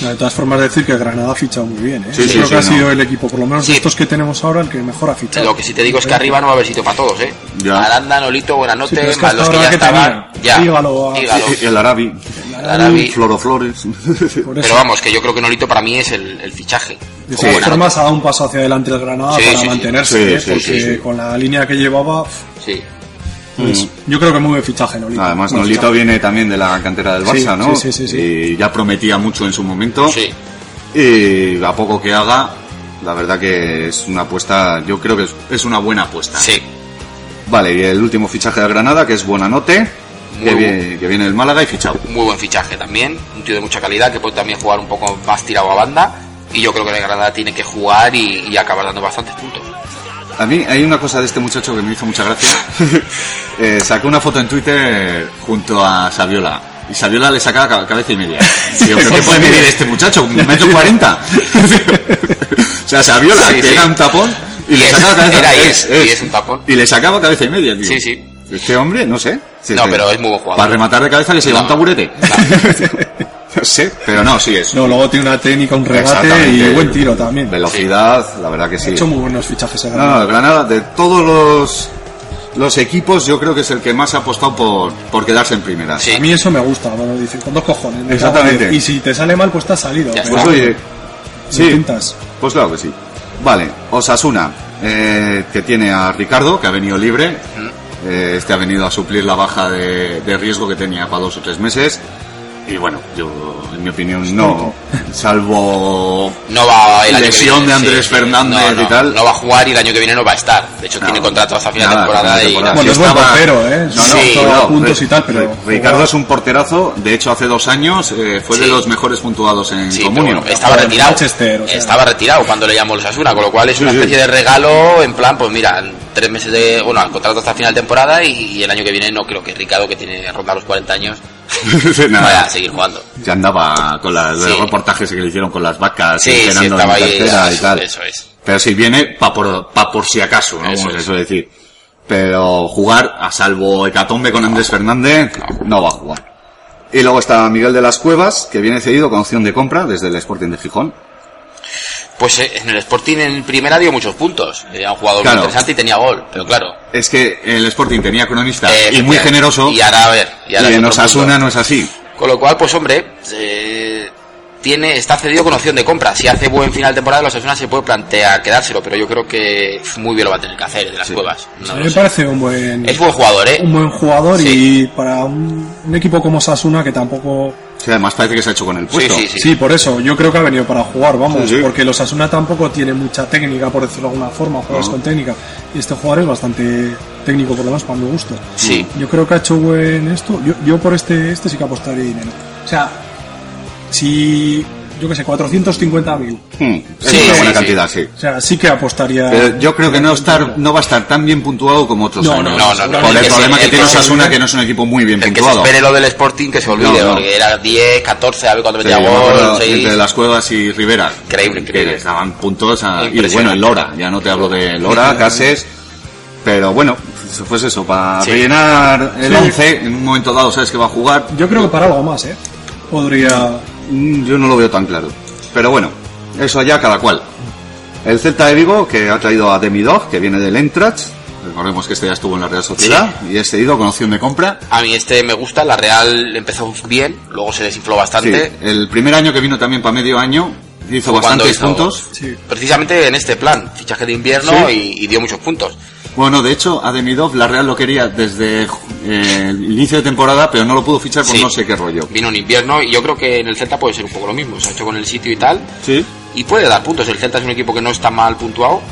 [SPEAKER 6] No, de todas formas, decir que el Granada ha fichado muy bien. ¿eh?
[SPEAKER 2] Sí,
[SPEAKER 6] Yo
[SPEAKER 2] sí,
[SPEAKER 6] creo
[SPEAKER 2] sí,
[SPEAKER 6] que ha
[SPEAKER 2] no.
[SPEAKER 6] sido el equipo, por lo menos
[SPEAKER 5] Sí.
[SPEAKER 6] de estos que tenemos ahora, el que mejor ha fichado.
[SPEAKER 5] Lo que sí te digo es que arriba no va a haber sitio para todos, ¿eh?
[SPEAKER 2] Ya.
[SPEAKER 5] Aranda, Nolito,
[SPEAKER 6] Sí, pero
[SPEAKER 5] Buenanote,
[SPEAKER 6] es que
[SPEAKER 5] más
[SPEAKER 6] hasta
[SPEAKER 5] los que
[SPEAKER 6] ahora
[SPEAKER 5] ya
[SPEAKER 6] que
[SPEAKER 5] estaban.
[SPEAKER 6] tenía.
[SPEAKER 5] Ya.
[SPEAKER 6] Dígalo a-
[SPEAKER 5] Dígalo.
[SPEAKER 2] [LAUGHS] El Arabi, Mm,
[SPEAKER 5] Arabi. [LAUGHS]
[SPEAKER 2] Floroflores.
[SPEAKER 6] Por eso,
[SPEAKER 5] Pero vamos, que yo creo que Nolito para mí es el, el fichaje.
[SPEAKER 6] de
[SPEAKER 5] Como
[SPEAKER 6] todas
[SPEAKER 5] Buenanote.
[SPEAKER 6] formas, ha dado un paso hacia adelante el Granada
[SPEAKER 5] Sí,
[SPEAKER 6] para
[SPEAKER 5] sí, sí.
[SPEAKER 6] mantenerse,
[SPEAKER 2] Sí,
[SPEAKER 6] ¿eh?
[SPEAKER 2] sí, sí,
[SPEAKER 6] porque
[SPEAKER 2] sí.
[SPEAKER 6] con la línea que llevaba,
[SPEAKER 5] Sí.
[SPEAKER 6] pues, yo creo que muy bien fichaje, Nolito.
[SPEAKER 2] Mm. Además,
[SPEAKER 6] Buen
[SPEAKER 2] Nolito
[SPEAKER 6] fichaje.
[SPEAKER 2] viene también de la cantera del
[SPEAKER 6] Sí,
[SPEAKER 2] Barça, ¿no?
[SPEAKER 6] sí, sí, sí, sí.
[SPEAKER 2] Y ya prometía mucho en su momento.
[SPEAKER 5] Sí.
[SPEAKER 2] Y a poco que haga, la verdad que es una apuesta, yo creo que es- es una buena apuesta.
[SPEAKER 5] Sí.
[SPEAKER 2] Vale, y el último fichaje de Granada, que es Buenanote,
[SPEAKER 5] Muy
[SPEAKER 2] que,
[SPEAKER 5] bu-
[SPEAKER 2] vie- que viene del Málaga y fichado.
[SPEAKER 5] Muy buen fichaje también. Un tío de mucha calidad que puede también jugar un poco más tirado a banda. Y yo creo que la Granada tiene que jugar y, y acabar dando bastantes puntos.
[SPEAKER 2] A mí hay una cosa de este muchacho que me hizo mucha
[SPEAKER 5] [LAUGHS]
[SPEAKER 2] gracia. Eh, sacó una foto en Twitter junto a Saviola. Y Saviola le sacaba ca- cabeza y
[SPEAKER 5] [LAUGHS]
[SPEAKER 2] media. Digo, ¿pero qué puede medir este muchacho? ¿Un metro cuarenta? o sea, Saviola,
[SPEAKER 5] Sí,
[SPEAKER 2] que
[SPEAKER 5] sí.
[SPEAKER 2] era un tapón, y,
[SPEAKER 5] Y
[SPEAKER 2] le
[SPEAKER 5] es-
[SPEAKER 2] sacaba cabeza Eh,
[SPEAKER 5] era y es, y es un tapón.
[SPEAKER 2] Y le sacaba cabeza y media, tío.
[SPEAKER 5] Sí, sí.
[SPEAKER 2] Este hombre, no sé. Sí,
[SPEAKER 5] No,
[SPEAKER 2] sí.
[SPEAKER 5] pero es muy buen jugador.
[SPEAKER 2] Para rematar de cabeza que se lleva un
[SPEAKER 5] No.
[SPEAKER 2] taburete. [LAUGHS] No sé, pero no, sí es.
[SPEAKER 6] No, luego tiene una técnica, un regate
[SPEAKER 2] Exactamente.
[SPEAKER 6] y buen tiro también.
[SPEAKER 2] Velocidad, la verdad que sí.
[SPEAKER 6] Ha hecho muy buenos fichajes el
[SPEAKER 2] No,
[SPEAKER 6] Granada.
[SPEAKER 2] no, Granada, de todos los, los equipos, yo creo que es el que más ha apostado por, por quedarse en primera.
[SPEAKER 5] Sí.
[SPEAKER 6] A mí eso me gusta, bueno, dice, con dos cojones. me
[SPEAKER 2] Exactamente.
[SPEAKER 6] cago en- Y si te sale mal, pues te has salido.
[SPEAKER 5] Ya
[SPEAKER 6] pero
[SPEAKER 2] Pues
[SPEAKER 5] está.
[SPEAKER 2] oye,
[SPEAKER 6] lo
[SPEAKER 2] sí,
[SPEAKER 6] intentas.
[SPEAKER 2] pues claro que sí. Vale, Osasuna, eh, que tiene a Ricardo, que ha venido libre. Eh, este ha venido a suplir la baja de, de riesgo que tenía para dos o tres meses. Y bueno, yo, en mi opinión, no. Salvo
[SPEAKER 5] No va el año
[SPEAKER 2] Lesión
[SPEAKER 5] que viene,
[SPEAKER 2] de Andrés Fernández
[SPEAKER 5] No, no,
[SPEAKER 2] y tal.
[SPEAKER 5] No va a jugar y el año que viene no va a estar. De hecho,
[SPEAKER 2] No.
[SPEAKER 5] tiene contrato hasta final de
[SPEAKER 2] Nada,
[SPEAKER 5] temporada.
[SPEAKER 2] final de
[SPEAKER 5] y
[SPEAKER 2] temporada.
[SPEAKER 6] Bueno,
[SPEAKER 2] Sí
[SPEAKER 6] es buen
[SPEAKER 2] estaba-
[SPEAKER 6] portero, ¿eh? No, no,
[SPEAKER 5] Sí,
[SPEAKER 6] estaba a
[SPEAKER 2] no,
[SPEAKER 6] puntos
[SPEAKER 2] Ri-
[SPEAKER 6] y tal, pero...
[SPEAKER 2] Ri- Ricardo es un porterazo, de hecho hace dos años eh, fue de
[SPEAKER 5] Sí.
[SPEAKER 2] los mejores puntuados en
[SPEAKER 5] Sí,
[SPEAKER 2] Comunio.
[SPEAKER 5] pero bueno, estaba
[SPEAKER 6] Joder,
[SPEAKER 5] retirado.
[SPEAKER 6] Manchester, o sea.
[SPEAKER 5] Estaba retirado cuando le llamó los Asuna, con lo cual es una
[SPEAKER 2] Sí, sí.
[SPEAKER 5] especie de regalo en plan, pues mira, tres meses de, bueno, al contrato hasta final de temporada y, y el año que viene no creo que Ricardo, que tiene ronda los 40 años,
[SPEAKER 2] [LAUGHS] Nada.
[SPEAKER 5] vaya a seguir jugando.
[SPEAKER 2] Ya andaba con las-
[SPEAKER 5] Sí.
[SPEAKER 2] los reportajes que le hicieron con las vacas,
[SPEAKER 5] Sí, sí,
[SPEAKER 2] entrenando
[SPEAKER 5] estaba
[SPEAKER 2] en
[SPEAKER 5] ahí.
[SPEAKER 2] tercera
[SPEAKER 5] eso,
[SPEAKER 2] y tal.
[SPEAKER 5] eso es.
[SPEAKER 2] Pero si viene, pa por, pa por si acaso, ¿no?
[SPEAKER 5] Eso
[SPEAKER 2] Como se
[SPEAKER 5] es.
[SPEAKER 2] suele decir. Pero jugar, a salvo Hecatombe con Andrés Fernández, no va a jugar. Y luego está Miguel de las Cuevas, que viene cedido con opción de compra desde el Sporting de Gijón.
[SPEAKER 5] Pues eh, en el Sporting en primera dio muchos puntos. Era un jugador
[SPEAKER 2] Claro.
[SPEAKER 5] muy interesante y tenía gol, pero claro.
[SPEAKER 2] Es que el Sporting tenía cronista
[SPEAKER 5] eh,
[SPEAKER 2] y muy
[SPEAKER 5] efectivamente.
[SPEAKER 2] generoso,
[SPEAKER 5] Y ahora a ver. Y, ahora
[SPEAKER 2] y
[SPEAKER 5] es
[SPEAKER 2] en
[SPEAKER 5] otro punto.
[SPEAKER 2] Osasuna no es así.
[SPEAKER 5] Con lo cual, pues hombre, eh, tiene, está cedido con opción de compra. Si hace buen final de temporada, los Osasuna se puede plantear quedárselo, pero yo creo que muy bien lo va a tener que hacer el de las cuevas. No
[SPEAKER 6] A
[SPEAKER 5] lo
[SPEAKER 6] mí me
[SPEAKER 5] sé.
[SPEAKER 6] parece un buen...
[SPEAKER 5] Es buen jugador, ¿eh?
[SPEAKER 6] un buen jugador
[SPEAKER 5] Sí.
[SPEAKER 6] y para un, un equipo como Sasuna que tampoco...
[SPEAKER 2] Sí, además parece que se ha hecho con el puesto.
[SPEAKER 5] Sí, sí,
[SPEAKER 6] Sí, por eso, yo creo que ha venido para jugar, vamos,
[SPEAKER 2] Sí, sí.
[SPEAKER 6] porque los Asuna tampoco tiene mucha técnica, por decirlo de alguna forma, juegas con técnica, y este jugador es bastante técnico, por lo menos para mi gusto.
[SPEAKER 5] Sí.
[SPEAKER 6] Yo creo que ha hecho buen esto, yo, yo por este, este sí que apostaría dinero. O sea, si, yo qué sé, 450.000,
[SPEAKER 2] Hmm, es
[SPEAKER 5] Sí,
[SPEAKER 2] una
[SPEAKER 5] sí,
[SPEAKER 2] buena
[SPEAKER 5] sí.
[SPEAKER 2] cantidad, sí.
[SPEAKER 6] o sea, sí que apostaría...
[SPEAKER 2] Pero yo creo que no, estar, no va a estar tan bien puntuado como otros
[SPEAKER 6] No,
[SPEAKER 2] años.
[SPEAKER 5] no,
[SPEAKER 6] no,
[SPEAKER 5] no, no.
[SPEAKER 2] Por
[SPEAKER 5] El
[SPEAKER 2] el
[SPEAKER 5] que
[SPEAKER 2] problema
[SPEAKER 5] se-
[SPEAKER 2] que
[SPEAKER 5] el
[SPEAKER 2] tiene
[SPEAKER 5] que se-
[SPEAKER 2] Osasuna, que no es un equipo muy bien
[SPEAKER 5] El que se
[SPEAKER 2] puntuado.
[SPEAKER 5] espere lo del Sporting que se olvide,
[SPEAKER 2] No, no.
[SPEAKER 5] porque era 10, 14, a ver cuando
[SPEAKER 2] Sí,
[SPEAKER 5] metía
[SPEAKER 2] yo me acuerdo
[SPEAKER 5] gol, seis.
[SPEAKER 2] entre las cuevas y Rivera.
[SPEAKER 5] Increíble, increíble.
[SPEAKER 2] Que les daban puntos a, y
[SPEAKER 5] Impresionante.
[SPEAKER 2] bueno, el Lora, ya no te hablo de Lora, Cases. Pero bueno, pues eso, para
[SPEAKER 5] Sí.
[SPEAKER 2] rellenar el
[SPEAKER 6] Sí.
[SPEAKER 2] 11, en un momento dado sabes que va a jugar,
[SPEAKER 6] Yo creo que para algo más, ¿eh? Podría...
[SPEAKER 2] Mm, Yo no lo veo tan claro. Pero bueno, eso allá cada cual. El Celta de Vigo, que ha traído a Demidov, que viene del Entrach. Recordemos que este ya estuvo en la Real Sociedad y es cedido con opción de compra.
[SPEAKER 5] A mí este me gusta, la Real empezó bien, luego se desinfló
[SPEAKER 2] Sí,
[SPEAKER 5] bastante.
[SPEAKER 2] el primer año que vino también para medio año hizo
[SPEAKER 5] Cuando
[SPEAKER 2] bastantes
[SPEAKER 5] hizo-
[SPEAKER 2] puntos.
[SPEAKER 6] Sí.
[SPEAKER 5] Precisamente en este plan, fichaje de invierno y, y dio muchos puntos.
[SPEAKER 2] Bueno, de hecho, a Demidov la Real lo quería desde eh, el inicio de temporada, pero no lo pudo fichar por
[SPEAKER 5] Sí.
[SPEAKER 2] no sé qué rollo.
[SPEAKER 5] Vino en invierno y yo creo que en el Celta puede ser un poco lo mismo. Se ha hecho con el sitio y tal.
[SPEAKER 2] Sí.
[SPEAKER 5] Y puede dar puntos. El Celta es un equipo que no está mal puntuado.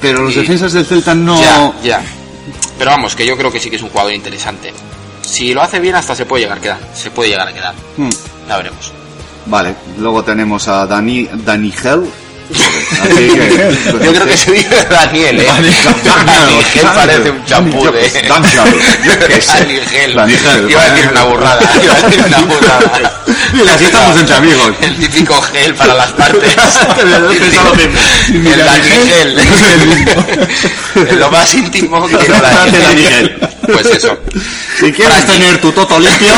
[SPEAKER 2] Pero los
[SPEAKER 5] Sí.
[SPEAKER 2] defensas del Celta no...
[SPEAKER 5] Ya, ya. Pero vamos, que yo creo que sí que es un jugador interesante. Si lo hace bien, hasta se puede llegar a quedar. Se puede llegar a quedar.
[SPEAKER 2] Hmm.
[SPEAKER 5] Ya veremos.
[SPEAKER 2] Vale, luego tenemos a Dani, Danigel. Así que...
[SPEAKER 5] [LAUGHS]
[SPEAKER 2] pues,
[SPEAKER 5] Yo creo
[SPEAKER 2] [LAUGHS]
[SPEAKER 5] que se dice Daniel, ¿eh? Daniel Gel parece un champú
[SPEAKER 2] Yo-
[SPEAKER 5] de...
[SPEAKER 2] Daniel, yo
[SPEAKER 5] [LAUGHS]
[SPEAKER 2] qué sé.
[SPEAKER 5] Daniel Gel.
[SPEAKER 2] Daniel Gel.
[SPEAKER 5] Iba a decir una burrada. Iba a decir una burrada.
[SPEAKER 2] Y así estamos entre amigos.
[SPEAKER 5] El típico gel para las partes.
[SPEAKER 2] [LAUGHS] Yo he pensado lo mismo.
[SPEAKER 5] El Daniel [LAUGHS] Gel. Lo más íntimo que era
[SPEAKER 2] Daniel
[SPEAKER 5] Daniel
[SPEAKER 2] Gel.
[SPEAKER 5] Pues eso.
[SPEAKER 2] Si quieres
[SPEAKER 5] [LAUGHS] Frankie.
[SPEAKER 2] tener tu toto limpio,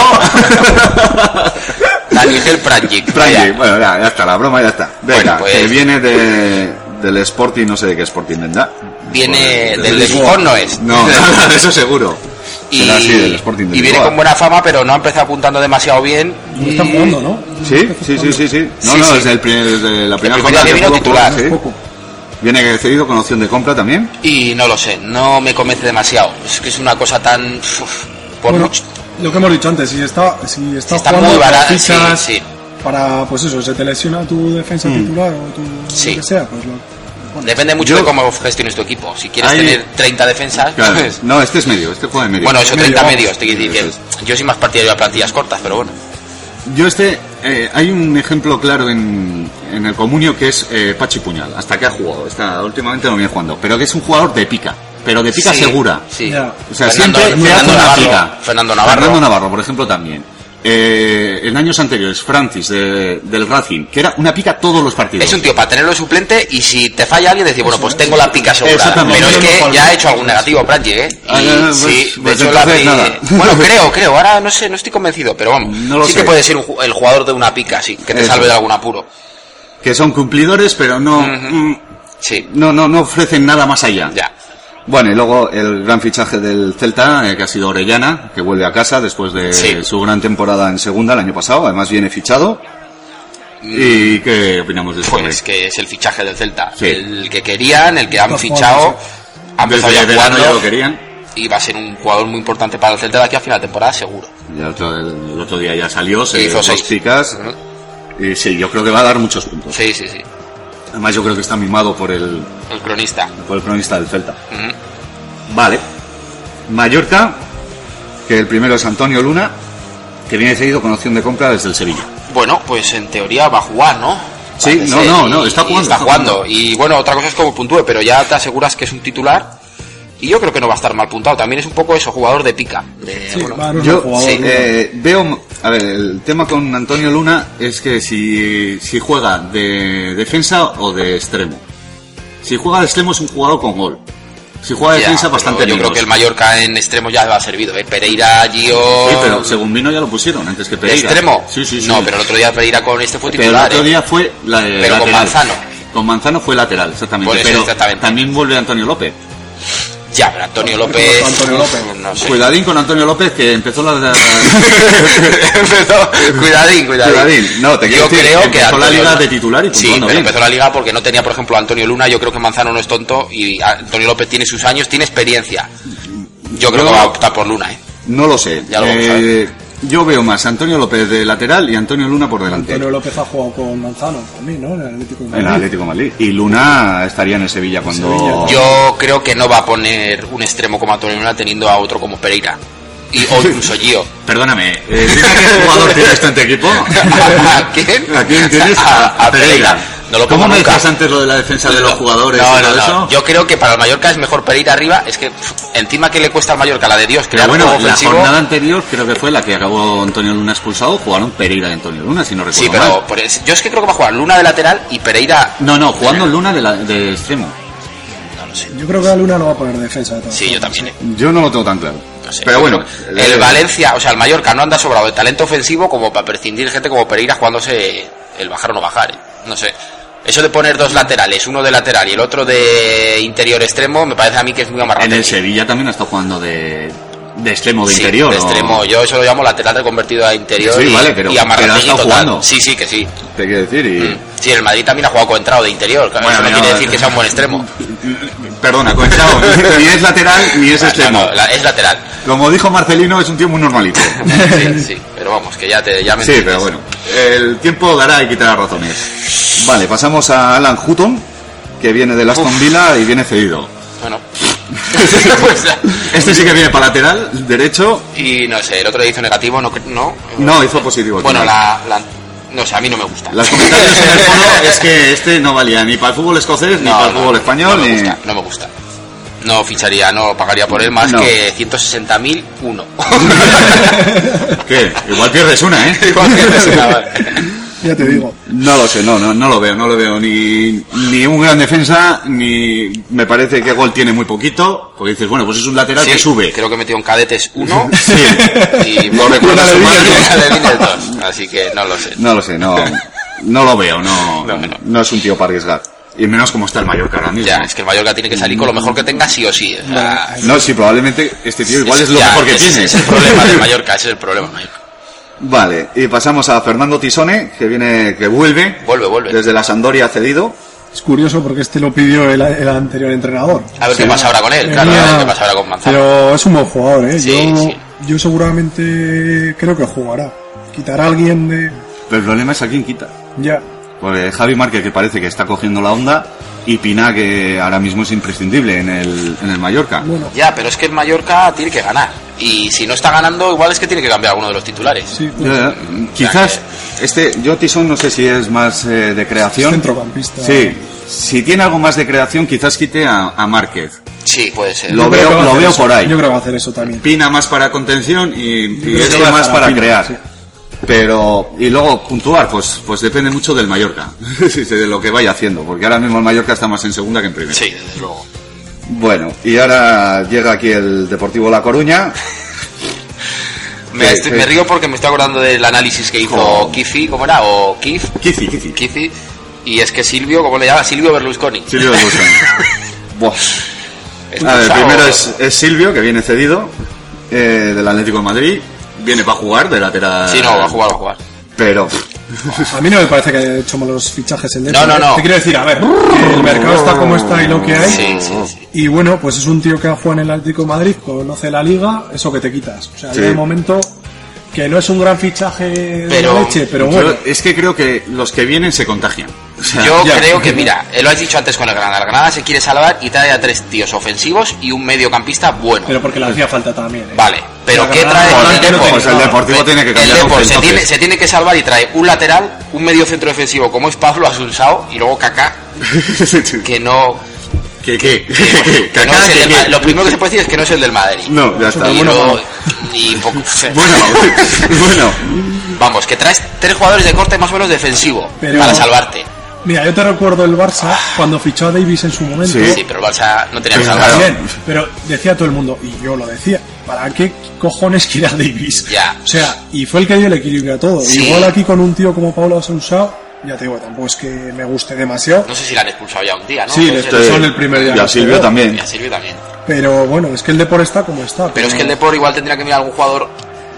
[SPEAKER 5] Nigel Pranjic.
[SPEAKER 2] Franji, bueno, ya, ya está, la broma ya está. Venga,
[SPEAKER 5] Bueno, pues-
[SPEAKER 2] que viene de, del Sporting, no sé de qué Sporting vendrá.
[SPEAKER 5] Viene
[SPEAKER 2] Joder,
[SPEAKER 5] del
[SPEAKER 2] del
[SPEAKER 5] Lisboa, no es.
[SPEAKER 2] No, de [LAUGHS] eso seguro.
[SPEAKER 5] Y,
[SPEAKER 2] Será así, del Sporting de
[SPEAKER 5] y viene
[SPEAKER 2] Lisboa.
[SPEAKER 5] con buena fama, pero no ha empezado apuntando demasiado bien.
[SPEAKER 6] No están jugando, ¿no?
[SPEAKER 2] Sí, sí, sí, sí, sí. No,
[SPEAKER 5] Sí,
[SPEAKER 2] no,
[SPEAKER 5] sí.
[SPEAKER 2] desde, el primer- ¿eh? desde la primera
[SPEAKER 5] primer
[SPEAKER 2] jornada
[SPEAKER 5] día
[SPEAKER 2] que
[SPEAKER 5] vino
[SPEAKER 2] jugó,
[SPEAKER 5] titular.
[SPEAKER 2] sí.
[SPEAKER 6] Poco.
[SPEAKER 2] Viene cedido con opción de compra también.
[SPEAKER 5] Y no lo sé, no me convence demasiado. Es que es una cosa tan. uf, por
[SPEAKER 6] Bueno,
[SPEAKER 5] mucho.
[SPEAKER 6] lo que hemos dicho antes, si está, si está,
[SPEAKER 5] Está
[SPEAKER 6] jugando,
[SPEAKER 5] muy
[SPEAKER 6] te
[SPEAKER 5] barata, sí,
[SPEAKER 6] fichas
[SPEAKER 5] sí.
[SPEAKER 6] para, pues eso, se te lesiona tu defensa
[SPEAKER 2] Mm.
[SPEAKER 6] titular o tu
[SPEAKER 5] Sí. Eh,
[SPEAKER 6] lo que sea, pues lo,
[SPEAKER 5] Depende mucho
[SPEAKER 2] Yo-
[SPEAKER 5] de cómo gestiones tu equipo. Si quieres
[SPEAKER 2] Ahí-
[SPEAKER 5] tener 30 defensas. pues,
[SPEAKER 2] Claro. No, este es medio, este juega de medio. este
[SPEAKER 5] Bueno, eso,
[SPEAKER 6] Medio,
[SPEAKER 5] 30
[SPEAKER 6] vamos.
[SPEAKER 5] medios. Te quiero decir que yo soy más partidario de plantillas cortas, pero bueno.
[SPEAKER 2] Yo este, eh, hay un ejemplo claro en, en el comunio que es eh, Pachi Puñal, hasta que ha jugado, está, últimamente no viene jugando, pero que es un jugador de pica, pero de pica
[SPEAKER 5] Sí,
[SPEAKER 2] segura.
[SPEAKER 5] Sí.
[SPEAKER 6] Ya.
[SPEAKER 2] O sea,
[SPEAKER 5] Fernando-
[SPEAKER 2] siempre
[SPEAKER 5] Fernando
[SPEAKER 2] le hace una
[SPEAKER 5] Navarro,
[SPEAKER 2] pica.
[SPEAKER 5] Fernando Navarro.
[SPEAKER 2] Fernando Navarro, por ejemplo, también. Eh, en años anteriores, Francis de- del Racing, que era una pica todos los partidos.
[SPEAKER 5] Es un tío para tenerlo de suplente y si te falla alguien decir, bueno, pues tengo la pica asegurada.
[SPEAKER 2] Exactamente.
[SPEAKER 5] Pero es
[SPEAKER 2] No, no,
[SPEAKER 5] que
[SPEAKER 2] no,
[SPEAKER 5] ya
[SPEAKER 2] no.
[SPEAKER 5] ha hecho algún negativo Pratchett, ¿eh? Y
[SPEAKER 2] Ah, no, no, pues-
[SPEAKER 5] sí, de
[SPEAKER 2] pues
[SPEAKER 5] hecho, la
[SPEAKER 2] entonces
[SPEAKER 5] pri-
[SPEAKER 2] nada.
[SPEAKER 5] [LAUGHS]
[SPEAKER 2] [LAUGHS]
[SPEAKER 5] Bueno, creo, creo. Ahora no sé, no estoy convencido, pero vamos.
[SPEAKER 2] No lo
[SPEAKER 5] sí
[SPEAKER 2] sé.
[SPEAKER 5] que puede ser un ju- el jugador de una pica, sí, que te
[SPEAKER 2] Eso.
[SPEAKER 5] salve de algún apuro.
[SPEAKER 2] Que son cumplidores, pero no, mm,
[SPEAKER 5] Sí,
[SPEAKER 2] no, no, no ofrecen nada más allá.
[SPEAKER 5] ya.
[SPEAKER 2] Bueno, y luego el gran fichaje del Celta, eh, que ha sido Orellana, que vuelve a casa después de
[SPEAKER 5] Sí.
[SPEAKER 2] su gran temporada en segunda el año pasado, además viene fichado. ¿Y qué opinamos de este esto?
[SPEAKER 5] Mm. Pues que es el fichaje del Celta.
[SPEAKER 2] Sí.
[SPEAKER 5] El que querían, el que han
[SPEAKER 6] Los
[SPEAKER 5] fichado,
[SPEAKER 6] jugadores,
[SPEAKER 5] han empezado
[SPEAKER 2] Desde
[SPEAKER 5] ya
[SPEAKER 2] verano ya lo
[SPEAKER 5] jugando
[SPEAKER 2] querían.
[SPEAKER 5] y va a ser un jugador muy importante para el Celta de aquí a final de temporada, seguro.
[SPEAKER 2] Y el otro, el otro día ya salió, se
[SPEAKER 5] Y hizo
[SPEAKER 2] dos
[SPEAKER 5] seis.
[SPEAKER 2] chicas.
[SPEAKER 5] Ujú.
[SPEAKER 2] Y Eh, sí, yo creo que va a dar muchos puntos.
[SPEAKER 5] Sí, sí, sí.
[SPEAKER 2] Además, yo creo que está mimado por el,
[SPEAKER 5] El cronista.
[SPEAKER 2] por el cronista del Celta.
[SPEAKER 5] Ujú.
[SPEAKER 2] Vale. Mallorca, que el primero es Antonio Luna, que viene seguido con opción de compra desde el Sevilla.
[SPEAKER 5] Bueno, pues en teoría va a jugar, ¿no?
[SPEAKER 2] Sí,
[SPEAKER 5] Parece
[SPEAKER 2] no,
[SPEAKER 5] ser,
[SPEAKER 2] no,
[SPEAKER 5] y-
[SPEAKER 2] no, está
[SPEAKER 5] y
[SPEAKER 2] jugando,
[SPEAKER 5] Está,
[SPEAKER 2] está
[SPEAKER 5] jugando.
[SPEAKER 2] jugando.
[SPEAKER 5] Y bueno, otra cosa es como puntúe, pero ya te aseguras que es un titular. Y yo creo que no va a estar mal puntado. También es un poco eso, jugador de pica. de,
[SPEAKER 6] Sí,
[SPEAKER 5] bueno,
[SPEAKER 6] va a dar un
[SPEAKER 2] Yo
[SPEAKER 6] jugador,
[SPEAKER 5] sí,
[SPEAKER 6] ¿no?
[SPEAKER 2] eh, veo, a ver, el tema con Antonio Luna es que si, si juega de defensa o de extremo. Si juega de extremo es un jugador con gol. Si juega de
[SPEAKER 5] ya,
[SPEAKER 2] defensa
[SPEAKER 5] pero
[SPEAKER 2] bastante
[SPEAKER 5] Yo creo
[SPEAKER 2] peligroso.
[SPEAKER 5] que el Mallorca en extremo ya va servido. ¿eh? Pereira, Gio.
[SPEAKER 2] Sí, pero según vino ya lo pusieron antes que
[SPEAKER 5] ¿De
[SPEAKER 2] Pereira.
[SPEAKER 5] extremo?
[SPEAKER 2] Sí, sí, sí.
[SPEAKER 5] No, pero el otro día Pereira con este fue
[SPEAKER 2] Pero el
[SPEAKER 5] titular.
[SPEAKER 2] otro
[SPEAKER 5] ¿eh?
[SPEAKER 2] día fue la,
[SPEAKER 5] Pero con
[SPEAKER 2] lateral.
[SPEAKER 5] Manzano.
[SPEAKER 2] Con Manzano fue lateral, exactamente.
[SPEAKER 5] Por eso,
[SPEAKER 2] pero
[SPEAKER 5] exactamente.
[SPEAKER 2] también vuelve Antonio López.
[SPEAKER 5] Ya, pero Antonio López.
[SPEAKER 6] Antonio López.
[SPEAKER 5] No sé.
[SPEAKER 2] Cuidadín con Antonio López que empezó la... la-
[SPEAKER 5] [LAUGHS] Empezó- cuidadín, cuidadín.
[SPEAKER 2] Cuidadín. No, te quiero
[SPEAKER 5] Yo
[SPEAKER 2] decir,
[SPEAKER 5] creo que
[SPEAKER 2] empezó la
[SPEAKER 5] Antonio
[SPEAKER 2] liga
[SPEAKER 5] Luna-
[SPEAKER 2] de titular y
[SPEAKER 5] Sí,
[SPEAKER 2] puntuando
[SPEAKER 5] pero
[SPEAKER 2] bien.
[SPEAKER 5] empezó la liga porque no tenía, por ejemplo, a Antonio Luna. Yo creo que Manzano no es tonto y Antonio López tiene sus años, tiene experiencia. Yo creo
[SPEAKER 2] Yo-
[SPEAKER 5] que va a optar por Luna, ¿eh?
[SPEAKER 2] No lo sé.
[SPEAKER 5] Ya lo vamos a
[SPEAKER 2] Eh, yo veo más a Antonio López de lateral y Antonio Luna por delante.
[SPEAKER 6] Antonio López ha jugado con Manzano también, ¿no? En el Atlético de
[SPEAKER 2] En
[SPEAKER 6] Madrid.
[SPEAKER 2] Atlético de Madrid. Y Luna estaría en el Sevilla cuando...
[SPEAKER 6] Sevilla.
[SPEAKER 5] Yo creo que no va a poner un extremo como Antonio Luna teniendo a otro como Pereira. Y, o incluso
[SPEAKER 2] [LAUGHS]
[SPEAKER 5] Gio.
[SPEAKER 2] Perdóname, eh, dime qué jugador tienes
[SPEAKER 5] [LAUGHS]
[SPEAKER 2] tú en tu equipo.
[SPEAKER 5] ¿A quién?
[SPEAKER 2] ¿A quién tienes?
[SPEAKER 5] A- a Pereira. No lo
[SPEAKER 2] ¿Cómo
[SPEAKER 5] pongo
[SPEAKER 2] me
[SPEAKER 5] nunca.
[SPEAKER 2] decías antes lo de la defensa de los jugadores
[SPEAKER 5] No,
[SPEAKER 2] y
[SPEAKER 5] no,
[SPEAKER 2] todo
[SPEAKER 5] no.
[SPEAKER 2] eso?
[SPEAKER 5] Yo creo que para el Mallorca es mejor Pereira arriba. Es que pf, encima que le cuesta al Mallorca la de Dios
[SPEAKER 2] Pero
[SPEAKER 5] crear
[SPEAKER 2] bueno,
[SPEAKER 5] juego
[SPEAKER 2] la
[SPEAKER 5] ofensivo.
[SPEAKER 2] jornada anterior creo que fue la que acabó Antonio Luna expulsado, jugaron Pereira y Antonio Luna, si no recuerdo
[SPEAKER 5] Sí, pero
[SPEAKER 2] mal.
[SPEAKER 5] por es- yo es que creo que va a jugar Luna de lateral y Pereira.
[SPEAKER 2] No, no, jugando Luna de, la- de extremo.
[SPEAKER 6] Yo creo que a Luna no va a poner defensa. de todas
[SPEAKER 5] Sí, yo
[SPEAKER 6] formas.
[SPEAKER 5] también. eh.
[SPEAKER 2] Yo no lo tengo tan claro.
[SPEAKER 5] No sé.
[SPEAKER 2] Pero bueno,
[SPEAKER 5] el,
[SPEAKER 2] eh,
[SPEAKER 5] Valencia, o sea, el Mallorca no anda sobrado de talento ofensivo como para prescindir gente como Pereira jugándose el bajar o no bajar. eh. No sé. Eso de poner dos laterales, uno de lateral y el otro de interior extremo, me parece a mí que es muy amarrado.
[SPEAKER 2] En el Sevilla también ha estado jugando de, de extremo de interior.
[SPEAKER 5] de
[SPEAKER 2] ¿no?
[SPEAKER 5] extremo. Yo eso lo llamo lateral reconvertido a interior
[SPEAKER 2] Sí,
[SPEAKER 5] y,
[SPEAKER 2] vale, pero-
[SPEAKER 5] y amarrategui
[SPEAKER 2] pero ha estado
[SPEAKER 5] total.
[SPEAKER 2] jugando.
[SPEAKER 5] Sí, sí, que sí.
[SPEAKER 2] Te quiero decir, y.
[SPEAKER 5] Mm. Sí, el Madrid también ha jugado con entrado de interior. claro,
[SPEAKER 2] Bueno,
[SPEAKER 5] eso no,
[SPEAKER 2] no,
[SPEAKER 5] quiere
[SPEAKER 2] no,
[SPEAKER 5] decir
[SPEAKER 2] no.
[SPEAKER 5] que sea un buen extremo.
[SPEAKER 2] Perdona, coincido, [LAUGHS] ni es lateral ni [LAUGHS] es extremo.
[SPEAKER 5] Mm. Ah, No, no, la- es lateral.
[SPEAKER 2] [LAUGHS] Como dijo Marcelino, es un tío muy
[SPEAKER 5] [LAUGHS]
[SPEAKER 2] normalito.
[SPEAKER 5] Sí, sí, pero vamos, que ya te ya me
[SPEAKER 2] Sí,
[SPEAKER 5] entiendes.
[SPEAKER 2] pero bueno, el tiempo dará y quitará razones. Vale, pasamos a Alan Hutton, que viene del Aston Villa y viene cedido.
[SPEAKER 5] Bueno. [LAUGHS] Pues,
[SPEAKER 2] Este sí que viene para lateral, derecho.
[SPEAKER 5] y no sé, el otro día hizo negativo, no. cre- no.
[SPEAKER 2] No, hizo positivo. al
[SPEAKER 5] Bueno,
[SPEAKER 2] final.
[SPEAKER 5] la, la- No sé, a mí no me gusta.
[SPEAKER 2] Los comentarios en el foro
[SPEAKER 5] [LAUGHS]
[SPEAKER 2] es que este no valía ni para el fútbol escocés, ni
[SPEAKER 5] No,
[SPEAKER 2] para el
[SPEAKER 5] no,
[SPEAKER 2] fútbol español,
[SPEAKER 5] No me
[SPEAKER 2] ni...
[SPEAKER 5] gusta, no me gusta. No ficharía, no pagaría por él más
[SPEAKER 2] No.
[SPEAKER 5] que 160.000
[SPEAKER 2] [LAUGHS]
[SPEAKER 5] uno.
[SPEAKER 2] ¿Qué? Igual pierdes una, ¿eh?
[SPEAKER 5] [LAUGHS] Igual pierdes una, vale.
[SPEAKER 4] ya te digo.
[SPEAKER 2] No lo sé, no, no, no lo veo, no lo veo. Ni, ni un gran defensa, ni me parece que gol tiene muy poquito, porque dices, bueno, pues es un lateral que sube.
[SPEAKER 5] Creo que metió en cadetes uno
[SPEAKER 2] [LAUGHS] Sí.
[SPEAKER 5] y no recuerdo
[SPEAKER 2] Una de
[SPEAKER 5] su
[SPEAKER 2] Villa
[SPEAKER 5] madre,
[SPEAKER 2] dos.
[SPEAKER 5] una de Villa dos. Así que no lo sé.
[SPEAKER 2] No lo sé, no, no lo veo, no,
[SPEAKER 5] No,
[SPEAKER 2] no,
[SPEAKER 5] no.
[SPEAKER 2] es un tío para arriesgar. Y menos como está el Mallorca ahora mismo.
[SPEAKER 5] Ya, es que el Mallorca tiene que salir con lo mejor que tenga sí o sí. O sea,
[SPEAKER 2] No, sí, probablemente este tío igual es lo
[SPEAKER 5] ya,
[SPEAKER 2] mejor que
[SPEAKER 5] ese
[SPEAKER 2] tiene.
[SPEAKER 5] Es el problema del Mallorca, ese es el problema. del Mallorca.
[SPEAKER 2] Vale, y pasamos a Fernando Tisone, que viene, que vuelve.
[SPEAKER 5] Vuelve, vuelve.
[SPEAKER 2] Desde la Sandoria cedido.
[SPEAKER 4] Es curioso porque este lo pidió el, el anterior entrenador.
[SPEAKER 5] A ver qué pasa ahora con él, claro, a ver qué pasa ahora con Manzano.
[SPEAKER 4] Pero es un buen jugador, ¿eh?
[SPEAKER 5] Sí,
[SPEAKER 4] yo,
[SPEAKER 5] sí.
[SPEAKER 4] yo seguramente creo que jugará. Quitará a alguien de...
[SPEAKER 2] Pero el problema es a quién quita.
[SPEAKER 4] Ya.
[SPEAKER 2] Porque Javi Márquez, que parece que está cogiendo la onda, y Pina, que ahora mismo es imprescindible en el, en el Mallorca.
[SPEAKER 4] Bueno,
[SPEAKER 5] Ya, pero es que el Mallorca tiene que ganar. Y si no está ganando, igual es que tiene que cambiar alguno de los titulares.
[SPEAKER 4] sí.
[SPEAKER 2] Ya, ya.
[SPEAKER 4] pues,
[SPEAKER 2] Quizás este, yo Tison no sé si es más eh, de creación.
[SPEAKER 4] Centrocampista.
[SPEAKER 2] Sí, si tiene algo más de creación, quizás quite a, a Márquez.
[SPEAKER 5] Sí, puede ser.
[SPEAKER 2] Lo
[SPEAKER 4] Yo creo
[SPEAKER 2] veo-
[SPEAKER 4] que va a
[SPEAKER 2] lo
[SPEAKER 4] hacer
[SPEAKER 2] veo
[SPEAKER 4] eso.
[SPEAKER 2] por ahí.
[SPEAKER 4] Yo creo que va a hacer eso también.
[SPEAKER 2] Pina más para contención y, y
[SPEAKER 4] creo que
[SPEAKER 2] este
[SPEAKER 4] va a
[SPEAKER 2] más
[SPEAKER 4] estar
[SPEAKER 2] para
[SPEAKER 4] Pina,
[SPEAKER 2] crear.
[SPEAKER 4] sí.
[SPEAKER 2] Pero, y luego puntuar, pues, pues depende mucho del Mallorca, [LAUGHS] de lo que vaya haciendo, porque ahora mismo el Mallorca está más en segunda que en primera.
[SPEAKER 5] Sí, desde luego.
[SPEAKER 2] Bueno, y ahora llega aquí el Deportivo La Coruña.
[SPEAKER 5] Me,
[SPEAKER 2] Sí,
[SPEAKER 5] estoy-
[SPEAKER 2] sí.
[SPEAKER 5] me río porque me estoy acordando del análisis que hizo
[SPEAKER 2] Jo.
[SPEAKER 5] Kifi, ¿cómo era? O Kif,
[SPEAKER 2] Kizi, Kizi.
[SPEAKER 5] Kifi. Y es que Silvio, ¿cómo le llama? Silvio Berlusconi.
[SPEAKER 2] Silvio de Busan. [LAUGHS] Buah. A ver,
[SPEAKER 5] Expulsado.
[SPEAKER 2] Ah, primero es, es Silvio, que viene cedido eh, del Atlético de Madrid. Viene para jugar de lateral.
[SPEAKER 5] Sí, no, va a jugar, va a jugar.
[SPEAKER 2] Pero
[SPEAKER 4] A mí no me parece que haya hecho malos fichajes el
[SPEAKER 5] No, no, no.
[SPEAKER 4] Te quiero decir, a ver, que el mercado está como está y lo
[SPEAKER 2] Eh,
[SPEAKER 4] que hay.
[SPEAKER 5] Sí,
[SPEAKER 2] oh,
[SPEAKER 5] sí, sí.
[SPEAKER 4] Y bueno, pues es un tío que ha jugado en el Atlético de Madrid, conoce la liga, eso que te quitas. O sea,
[SPEAKER 2] Sí.
[SPEAKER 4] ya de momento que no es un gran fichaje
[SPEAKER 5] Pero
[SPEAKER 4] de leche, pero
[SPEAKER 2] yo-
[SPEAKER 4] bueno.
[SPEAKER 2] es que creo que los que vienen se contagian. O sea,
[SPEAKER 5] Yo
[SPEAKER 2] ya.
[SPEAKER 5] creo
[SPEAKER 2] [LAUGHS]
[SPEAKER 5] que, mira, eh, lo has dicho antes con el Granada. El Granada se quiere salvar y trae a tres tíos ofensivos y un mediocampista bueno.
[SPEAKER 4] Pero porque le hacía falta también. ¿eh?
[SPEAKER 5] Vale, pero
[SPEAKER 4] La
[SPEAKER 5] ¿qué
[SPEAKER 4] Granada
[SPEAKER 5] trae
[SPEAKER 4] no
[SPEAKER 5] el
[SPEAKER 4] tiene-
[SPEAKER 5] Depor?
[SPEAKER 2] Pues el Deportivo tiene que
[SPEAKER 5] El
[SPEAKER 2] cambiar
[SPEAKER 5] Depor
[SPEAKER 2] un
[SPEAKER 5] se
[SPEAKER 2] centro.
[SPEAKER 5] tiene, se tiene que salvar y trae un lateral, un medio centro defensivo como es Pablo Asunsao y luego Kaká, que no...
[SPEAKER 2] ¿Qué, qué?
[SPEAKER 5] que
[SPEAKER 2] Cacá,
[SPEAKER 5] no es el
[SPEAKER 2] ¿qué,
[SPEAKER 5] del
[SPEAKER 2] qué?
[SPEAKER 5] Ma- lo primero que se puede decir es que no es el del Madrid.
[SPEAKER 2] No, ya está.
[SPEAKER 5] Y
[SPEAKER 2] Bueno,
[SPEAKER 5] luego- y poco-
[SPEAKER 2] Bueno, [LAUGHS] bueno.
[SPEAKER 5] Vamos, que traes tres jugadores de corte más o menos defensivo
[SPEAKER 4] Pero-
[SPEAKER 5] para salvarte.
[SPEAKER 4] Mira, yo te recuerdo el Barça cuando fichó a Davis en su momento.
[SPEAKER 2] Sí.
[SPEAKER 5] Sí, pero el Barça no tenía que
[SPEAKER 2] Pero
[SPEAKER 5] salvarlo.
[SPEAKER 4] También, pero decía todo el mundo, y yo lo decía, ¿para qué cojones quiere a Davis?
[SPEAKER 5] Ya.
[SPEAKER 4] O sea, y fue el que dio el equilibrio a todo.
[SPEAKER 5] Sí.
[SPEAKER 4] Igual aquí con un tío como Paulo Asensao, ya te digo, tampoco es que me guste demasiado,
[SPEAKER 5] No sé si la han expulsado ya un día, ¿no?
[SPEAKER 4] Sí,
[SPEAKER 5] Puede
[SPEAKER 4] le
[SPEAKER 5] ser.
[SPEAKER 4] Pero son el primer día
[SPEAKER 2] Y a
[SPEAKER 4] que
[SPEAKER 2] Silvio
[SPEAKER 4] se ve.
[SPEAKER 2] también.
[SPEAKER 5] Y a Silvio también.
[SPEAKER 4] pero bueno, es que el Depor está como está.
[SPEAKER 5] Pero es que el Depor igual tendría que mirar a algún jugador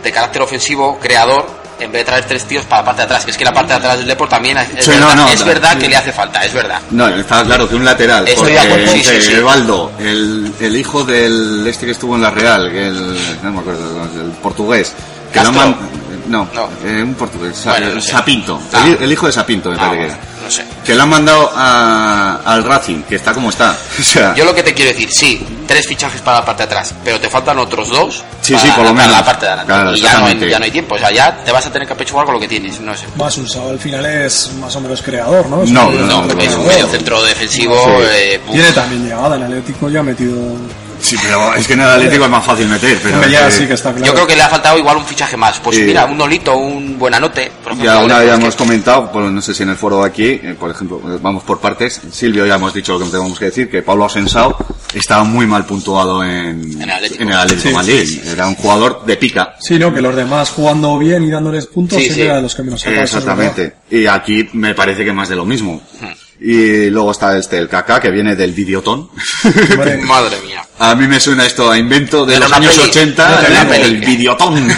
[SPEAKER 5] de carácter ofensivo, creador, en vez de traer tres tíos para la parte de atrás. Que es que la parte de atrás del Depor también es, es
[SPEAKER 2] Sí,
[SPEAKER 5] verdad,
[SPEAKER 2] no, no,
[SPEAKER 5] es
[SPEAKER 2] no,
[SPEAKER 5] verdad que le hace falta, es verdad.
[SPEAKER 2] No, estaba claro que un lateral.
[SPEAKER 5] Estoy
[SPEAKER 2] porque
[SPEAKER 5] de acuerdo, sí, sí, sí.
[SPEAKER 2] eh, Evaldo, el, el hijo del este que estuvo en la Real, que el, no me acuerdo, el portugués. Que lo
[SPEAKER 5] Castro.
[SPEAKER 2] man- no,
[SPEAKER 5] No.
[SPEAKER 2] eh, un portugués, Sa-
[SPEAKER 5] Bueno, no sé.
[SPEAKER 2] Sapinto.
[SPEAKER 5] Ah.
[SPEAKER 2] El, el hijo de Sapinto, me
[SPEAKER 5] Ah,
[SPEAKER 2] parece que
[SPEAKER 5] bueno,
[SPEAKER 2] era.
[SPEAKER 5] no sé.
[SPEAKER 2] Que lo han mandado a- al Racing, que está como está. [LAUGHS] O sea,
[SPEAKER 5] Yo lo que te quiero decir, sí, tres fichajes para la parte de atrás, pero te faltan otros dos
[SPEAKER 2] Sí,
[SPEAKER 5] para,
[SPEAKER 2] sí, por lo
[SPEAKER 5] para
[SPEAKER 2] menos.
[SPEAKER 5] la parte de adelante.
[SPEAKER 2] Claro,
[SPEAKER 5] y ya no, hay,
[SPEAKER 2] exactamente.
[SPEAKER 5] ya no hay tiempo, o sea, ya te vas a tener que apechugar con lo que tienes, no sé.
[SPEAKER 4] Más usado al final es más o menos creador, ¿no? Es
[SPEAKER 2] No,
[SPEAKER 4] un-
[SPEAKER 5] No,
[SPEAKER 2] no,
[SPEAKER 5] porque es
[SPEAKER 2] no,
[SPEAKER 5] un
[SPEAKER 2] no.
[SPEAKER 5] medio centro defensivo. eh, puf.
[SPEAKER 4] Tiene también llegada en Atlético, ya ha metido...
[SPEAKER 2] sí, pero es que en el Atlético es más fácil meter. Pero
[SPEAKER 5] [LAUGHS]
[SPEAKER 4] Hombre, ya
[SPEAKER 2] eh,
[SPEAKER 4] sí que está claro.
[SPEAKER 5] Yo creo que le ha faltado igual un fichaje más. Pues
[SPEAKER 2] Sí.
[SPEAKER 5] mira, un Nolito, un Buenanote. Por ejemplo,
[SPEAKER 2] Ya una vez ya
[SPEAKER 5] que-
[SPEAKER 2] hemos comentado, pues, no sé si en el foro de aquí, eh, por ejemplo, eh, vamos por partes. Silvio ya hemos dicho lo que tenemos que decir, que Pablo Asensao estaba muy mal puntuado en,
[SPEAKER 5] En el Atlético.
[SPEAKER 2] Atlético de
[SPEAKER 4] Sí,
[SPEAKER 2] Madrid. Era un jugador de pica.
[SPEAKER 4] Sí, ¿no? Que los demás jugando bien y dándoles puntos
[SPEAKER 5] Sí,
[SPEAKER 4] siempre
[SPEAKER 5] sí.
[SPEAKER 4] eran los que menos sacaban, eso es verdad.
[SPEAKER 2] Exactamente. Y aquí me parece que más de lo mismo.
[SPEAKER 5] Hmm.
[SPEAKER 2] Y luego está este, el Kaká, que viene del videotón. [LAUGHS]
[SPEAKER 4] Hombre,
[SPEAKER 5] Madre mía.
[SPEAKER 2] A mí me suena esto a invento de los
[SPEAKER 5] Era una
[SPEAKER 2] años
[SPEAKER 5] peli.
[SPEAKER 2] 80,
[SPEAKER 5] Era
[SPEAKER 2] el,
[SPEAKER 5] una peli.
[SPEAKER 2] el
[SPEAKER 5] [LAUGHS]
[SPEAKER 2] videotón. no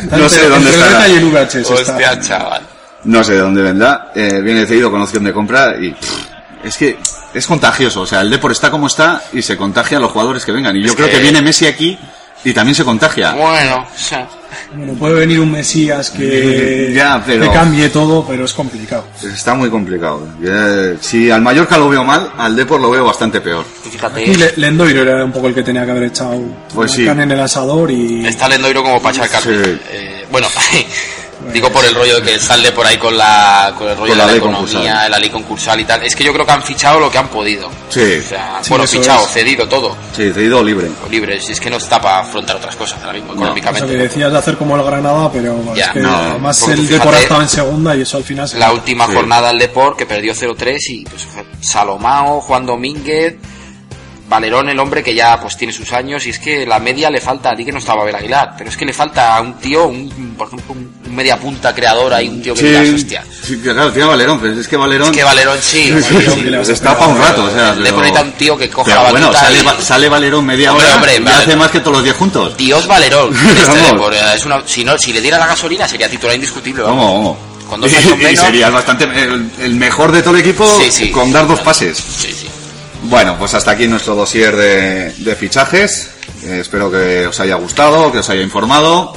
[SPEAKER 4] entre-
[SPEAKER 2] sé dónde
[SPEAKER 4] entre
[SPEAKER 2] estará.
[SPEAKER 4] beta y el VHS está.
[SPEAKER 5] Hostia, chaval.
[SPEAKER 2] No sé de dónde vendrá, eh, viene cedido con opción de compra y pff, es que es contagioso, o sea, el Depor está como está y se contagia a los jugadores que vengan. Y yo
[SPEAKER 5] Es
[SPEAKER 2] creo que...
[SPEAKER 5] que-
[SPEAKER 2] viene Messi aquí y también se contagia.
[SPEAKER 5] Bueno, o sea,
[SPEAKER 4] Bueno, puede venir un Mesías que,
[SPEAKER 2] [LAUGHS] Ya, pero-
[SPEAKER 4] que cambie todo, pero es complicado.
[SPEAKER 2] Está muy complicado. Eh, si al Mallorca lo veo mal, al Depor lo veo bastante peor.
[SPEAKER 5] tú fíjate.
[SPEAKER 4] Y Le- Lendoiro era un poco el que tenía que haber echado
[SPEAKER 2] Pues
[SPEAKER 4] la
[SPEAKER 2] sí. Eh,
[SPEAKER 4] carne en el asador y
[SPEAKER 5] Está Lendoiro como para echar carne.
[SPEAKER 2] Sí.
[SPEAKER 5] Eh, bueno, [LAUGHS] Digo por el rollo de que sale por ahí con la con el rollo
[SPEAKER 2] Con la
[SPEAKER 5] de la
[SPEAKER 2] ley
[SPEAKER 5] economía,
[SPEAKER 2] concursal.
[SPEAKER 5] la ley concursal y tal. Es que yo creo que han fichado lo que han podido.
[SPEAKER 2] Sí.
[SPEAKER 5] O sea,
[SPEAKER 6] Sí,
[SPEAKER 5] bueno,
[SPEAKER 6] eso
[SPEAKER 5] fichado,
[SPEAKER 6] es.
[SPEAKER 5] cedido todo,
[SPEAKER 2] Sí, cedido libre.
[SPEAKER 5] o libre, si es que no está para afrontar otras cosas ahora mismo
[SPEAKER 6] O sea, que
[SPEAKER 5] económicamente.
[SPEAKER 6] decías de hacer como el Granada, pero bueno,
[SPEAKER 5] Ya,
[SPEAKER 6] es que
[SPEAKER 2] no,
[SPEAKER 6] además
[SPEAKER 5] porque
[SPEAKER 6] el
[SPEAKER 5] fíjate-
[SPEAKER 6] Depor estaba en segunda y eso al final se
[SPEAKER 5] la última
[SPEAKER 2] Sí.
[SPEAKER 5] jornada del Deport que perdió 0-3 y pues ojo, Salomao, Juan Domínguez, Valerón el hombre que ya pues tiene sus años y es que la media le falta, a ti que no estaba Abel Aguilar, pero es que le falta a un tío, un, por ejemplo, un un media punta creador ahí, un tío que digas, hostia.
[SPEAKER 2] sí, claro, tira Valerón, pero es que Valerón.
[SPEAKER 5] Es que Valerón sí, Valerón,
[SPEAKER 2] Sí, les está pa' un rato, o sea.
[SPEAKER 5] Le
[SPEAKER 2] pero-
[SPEAKER 5] ponéis a un tío que coja
[SPEAKER 2] pero
[SPEAKER 5] la
[SPEAKER 2] bueno,
[SPEAKER 5] batuta
[SPEAKER 2] sale,
[SPEAKER 5] y-
[SPEAKER 2] Va- sale Valerón media
[SPEAKER 5] Hombre,
[SPEAKER 2] hora
[SPEAKER 5] hombre,
[SPEAKER 2] y
[SPEAKER 5] vale.
[SPEAKER 2] hace más que todos los 10 juntos.
[SPEAKER 5] Dios Valerón.
[SPEAKER 2] [LAUGHS]
[SPEAKER 5] este
[SPEAKER 2] Vamos.
[SPEAKER 5] Depor, eh, es una, si, no, si le diera la gasolina sería titular indiscutible. vamos.
[SPEAKER 2] Vamos, vamos. [LAUGHS]
[SPEAKER 5] Con dos
[SPEAKER 2] Y-
[SPEAKER 5] más o
[SPEAKER 2] y,
[SPEAKER 5] menos.
[SPEAKER 2] sería bastante el, el mejor de todo el equipo
[SPEAKER 5] Sí, sí.
[SPEAKER 2] con dar dos pases.
[SPEAKER 5] Sí, sí.
[SPEAKER 2] Bueno, pues hasta aquí nuestro dossier de, de fichajes. Eh, espero que os haya gustado, que os haya informado.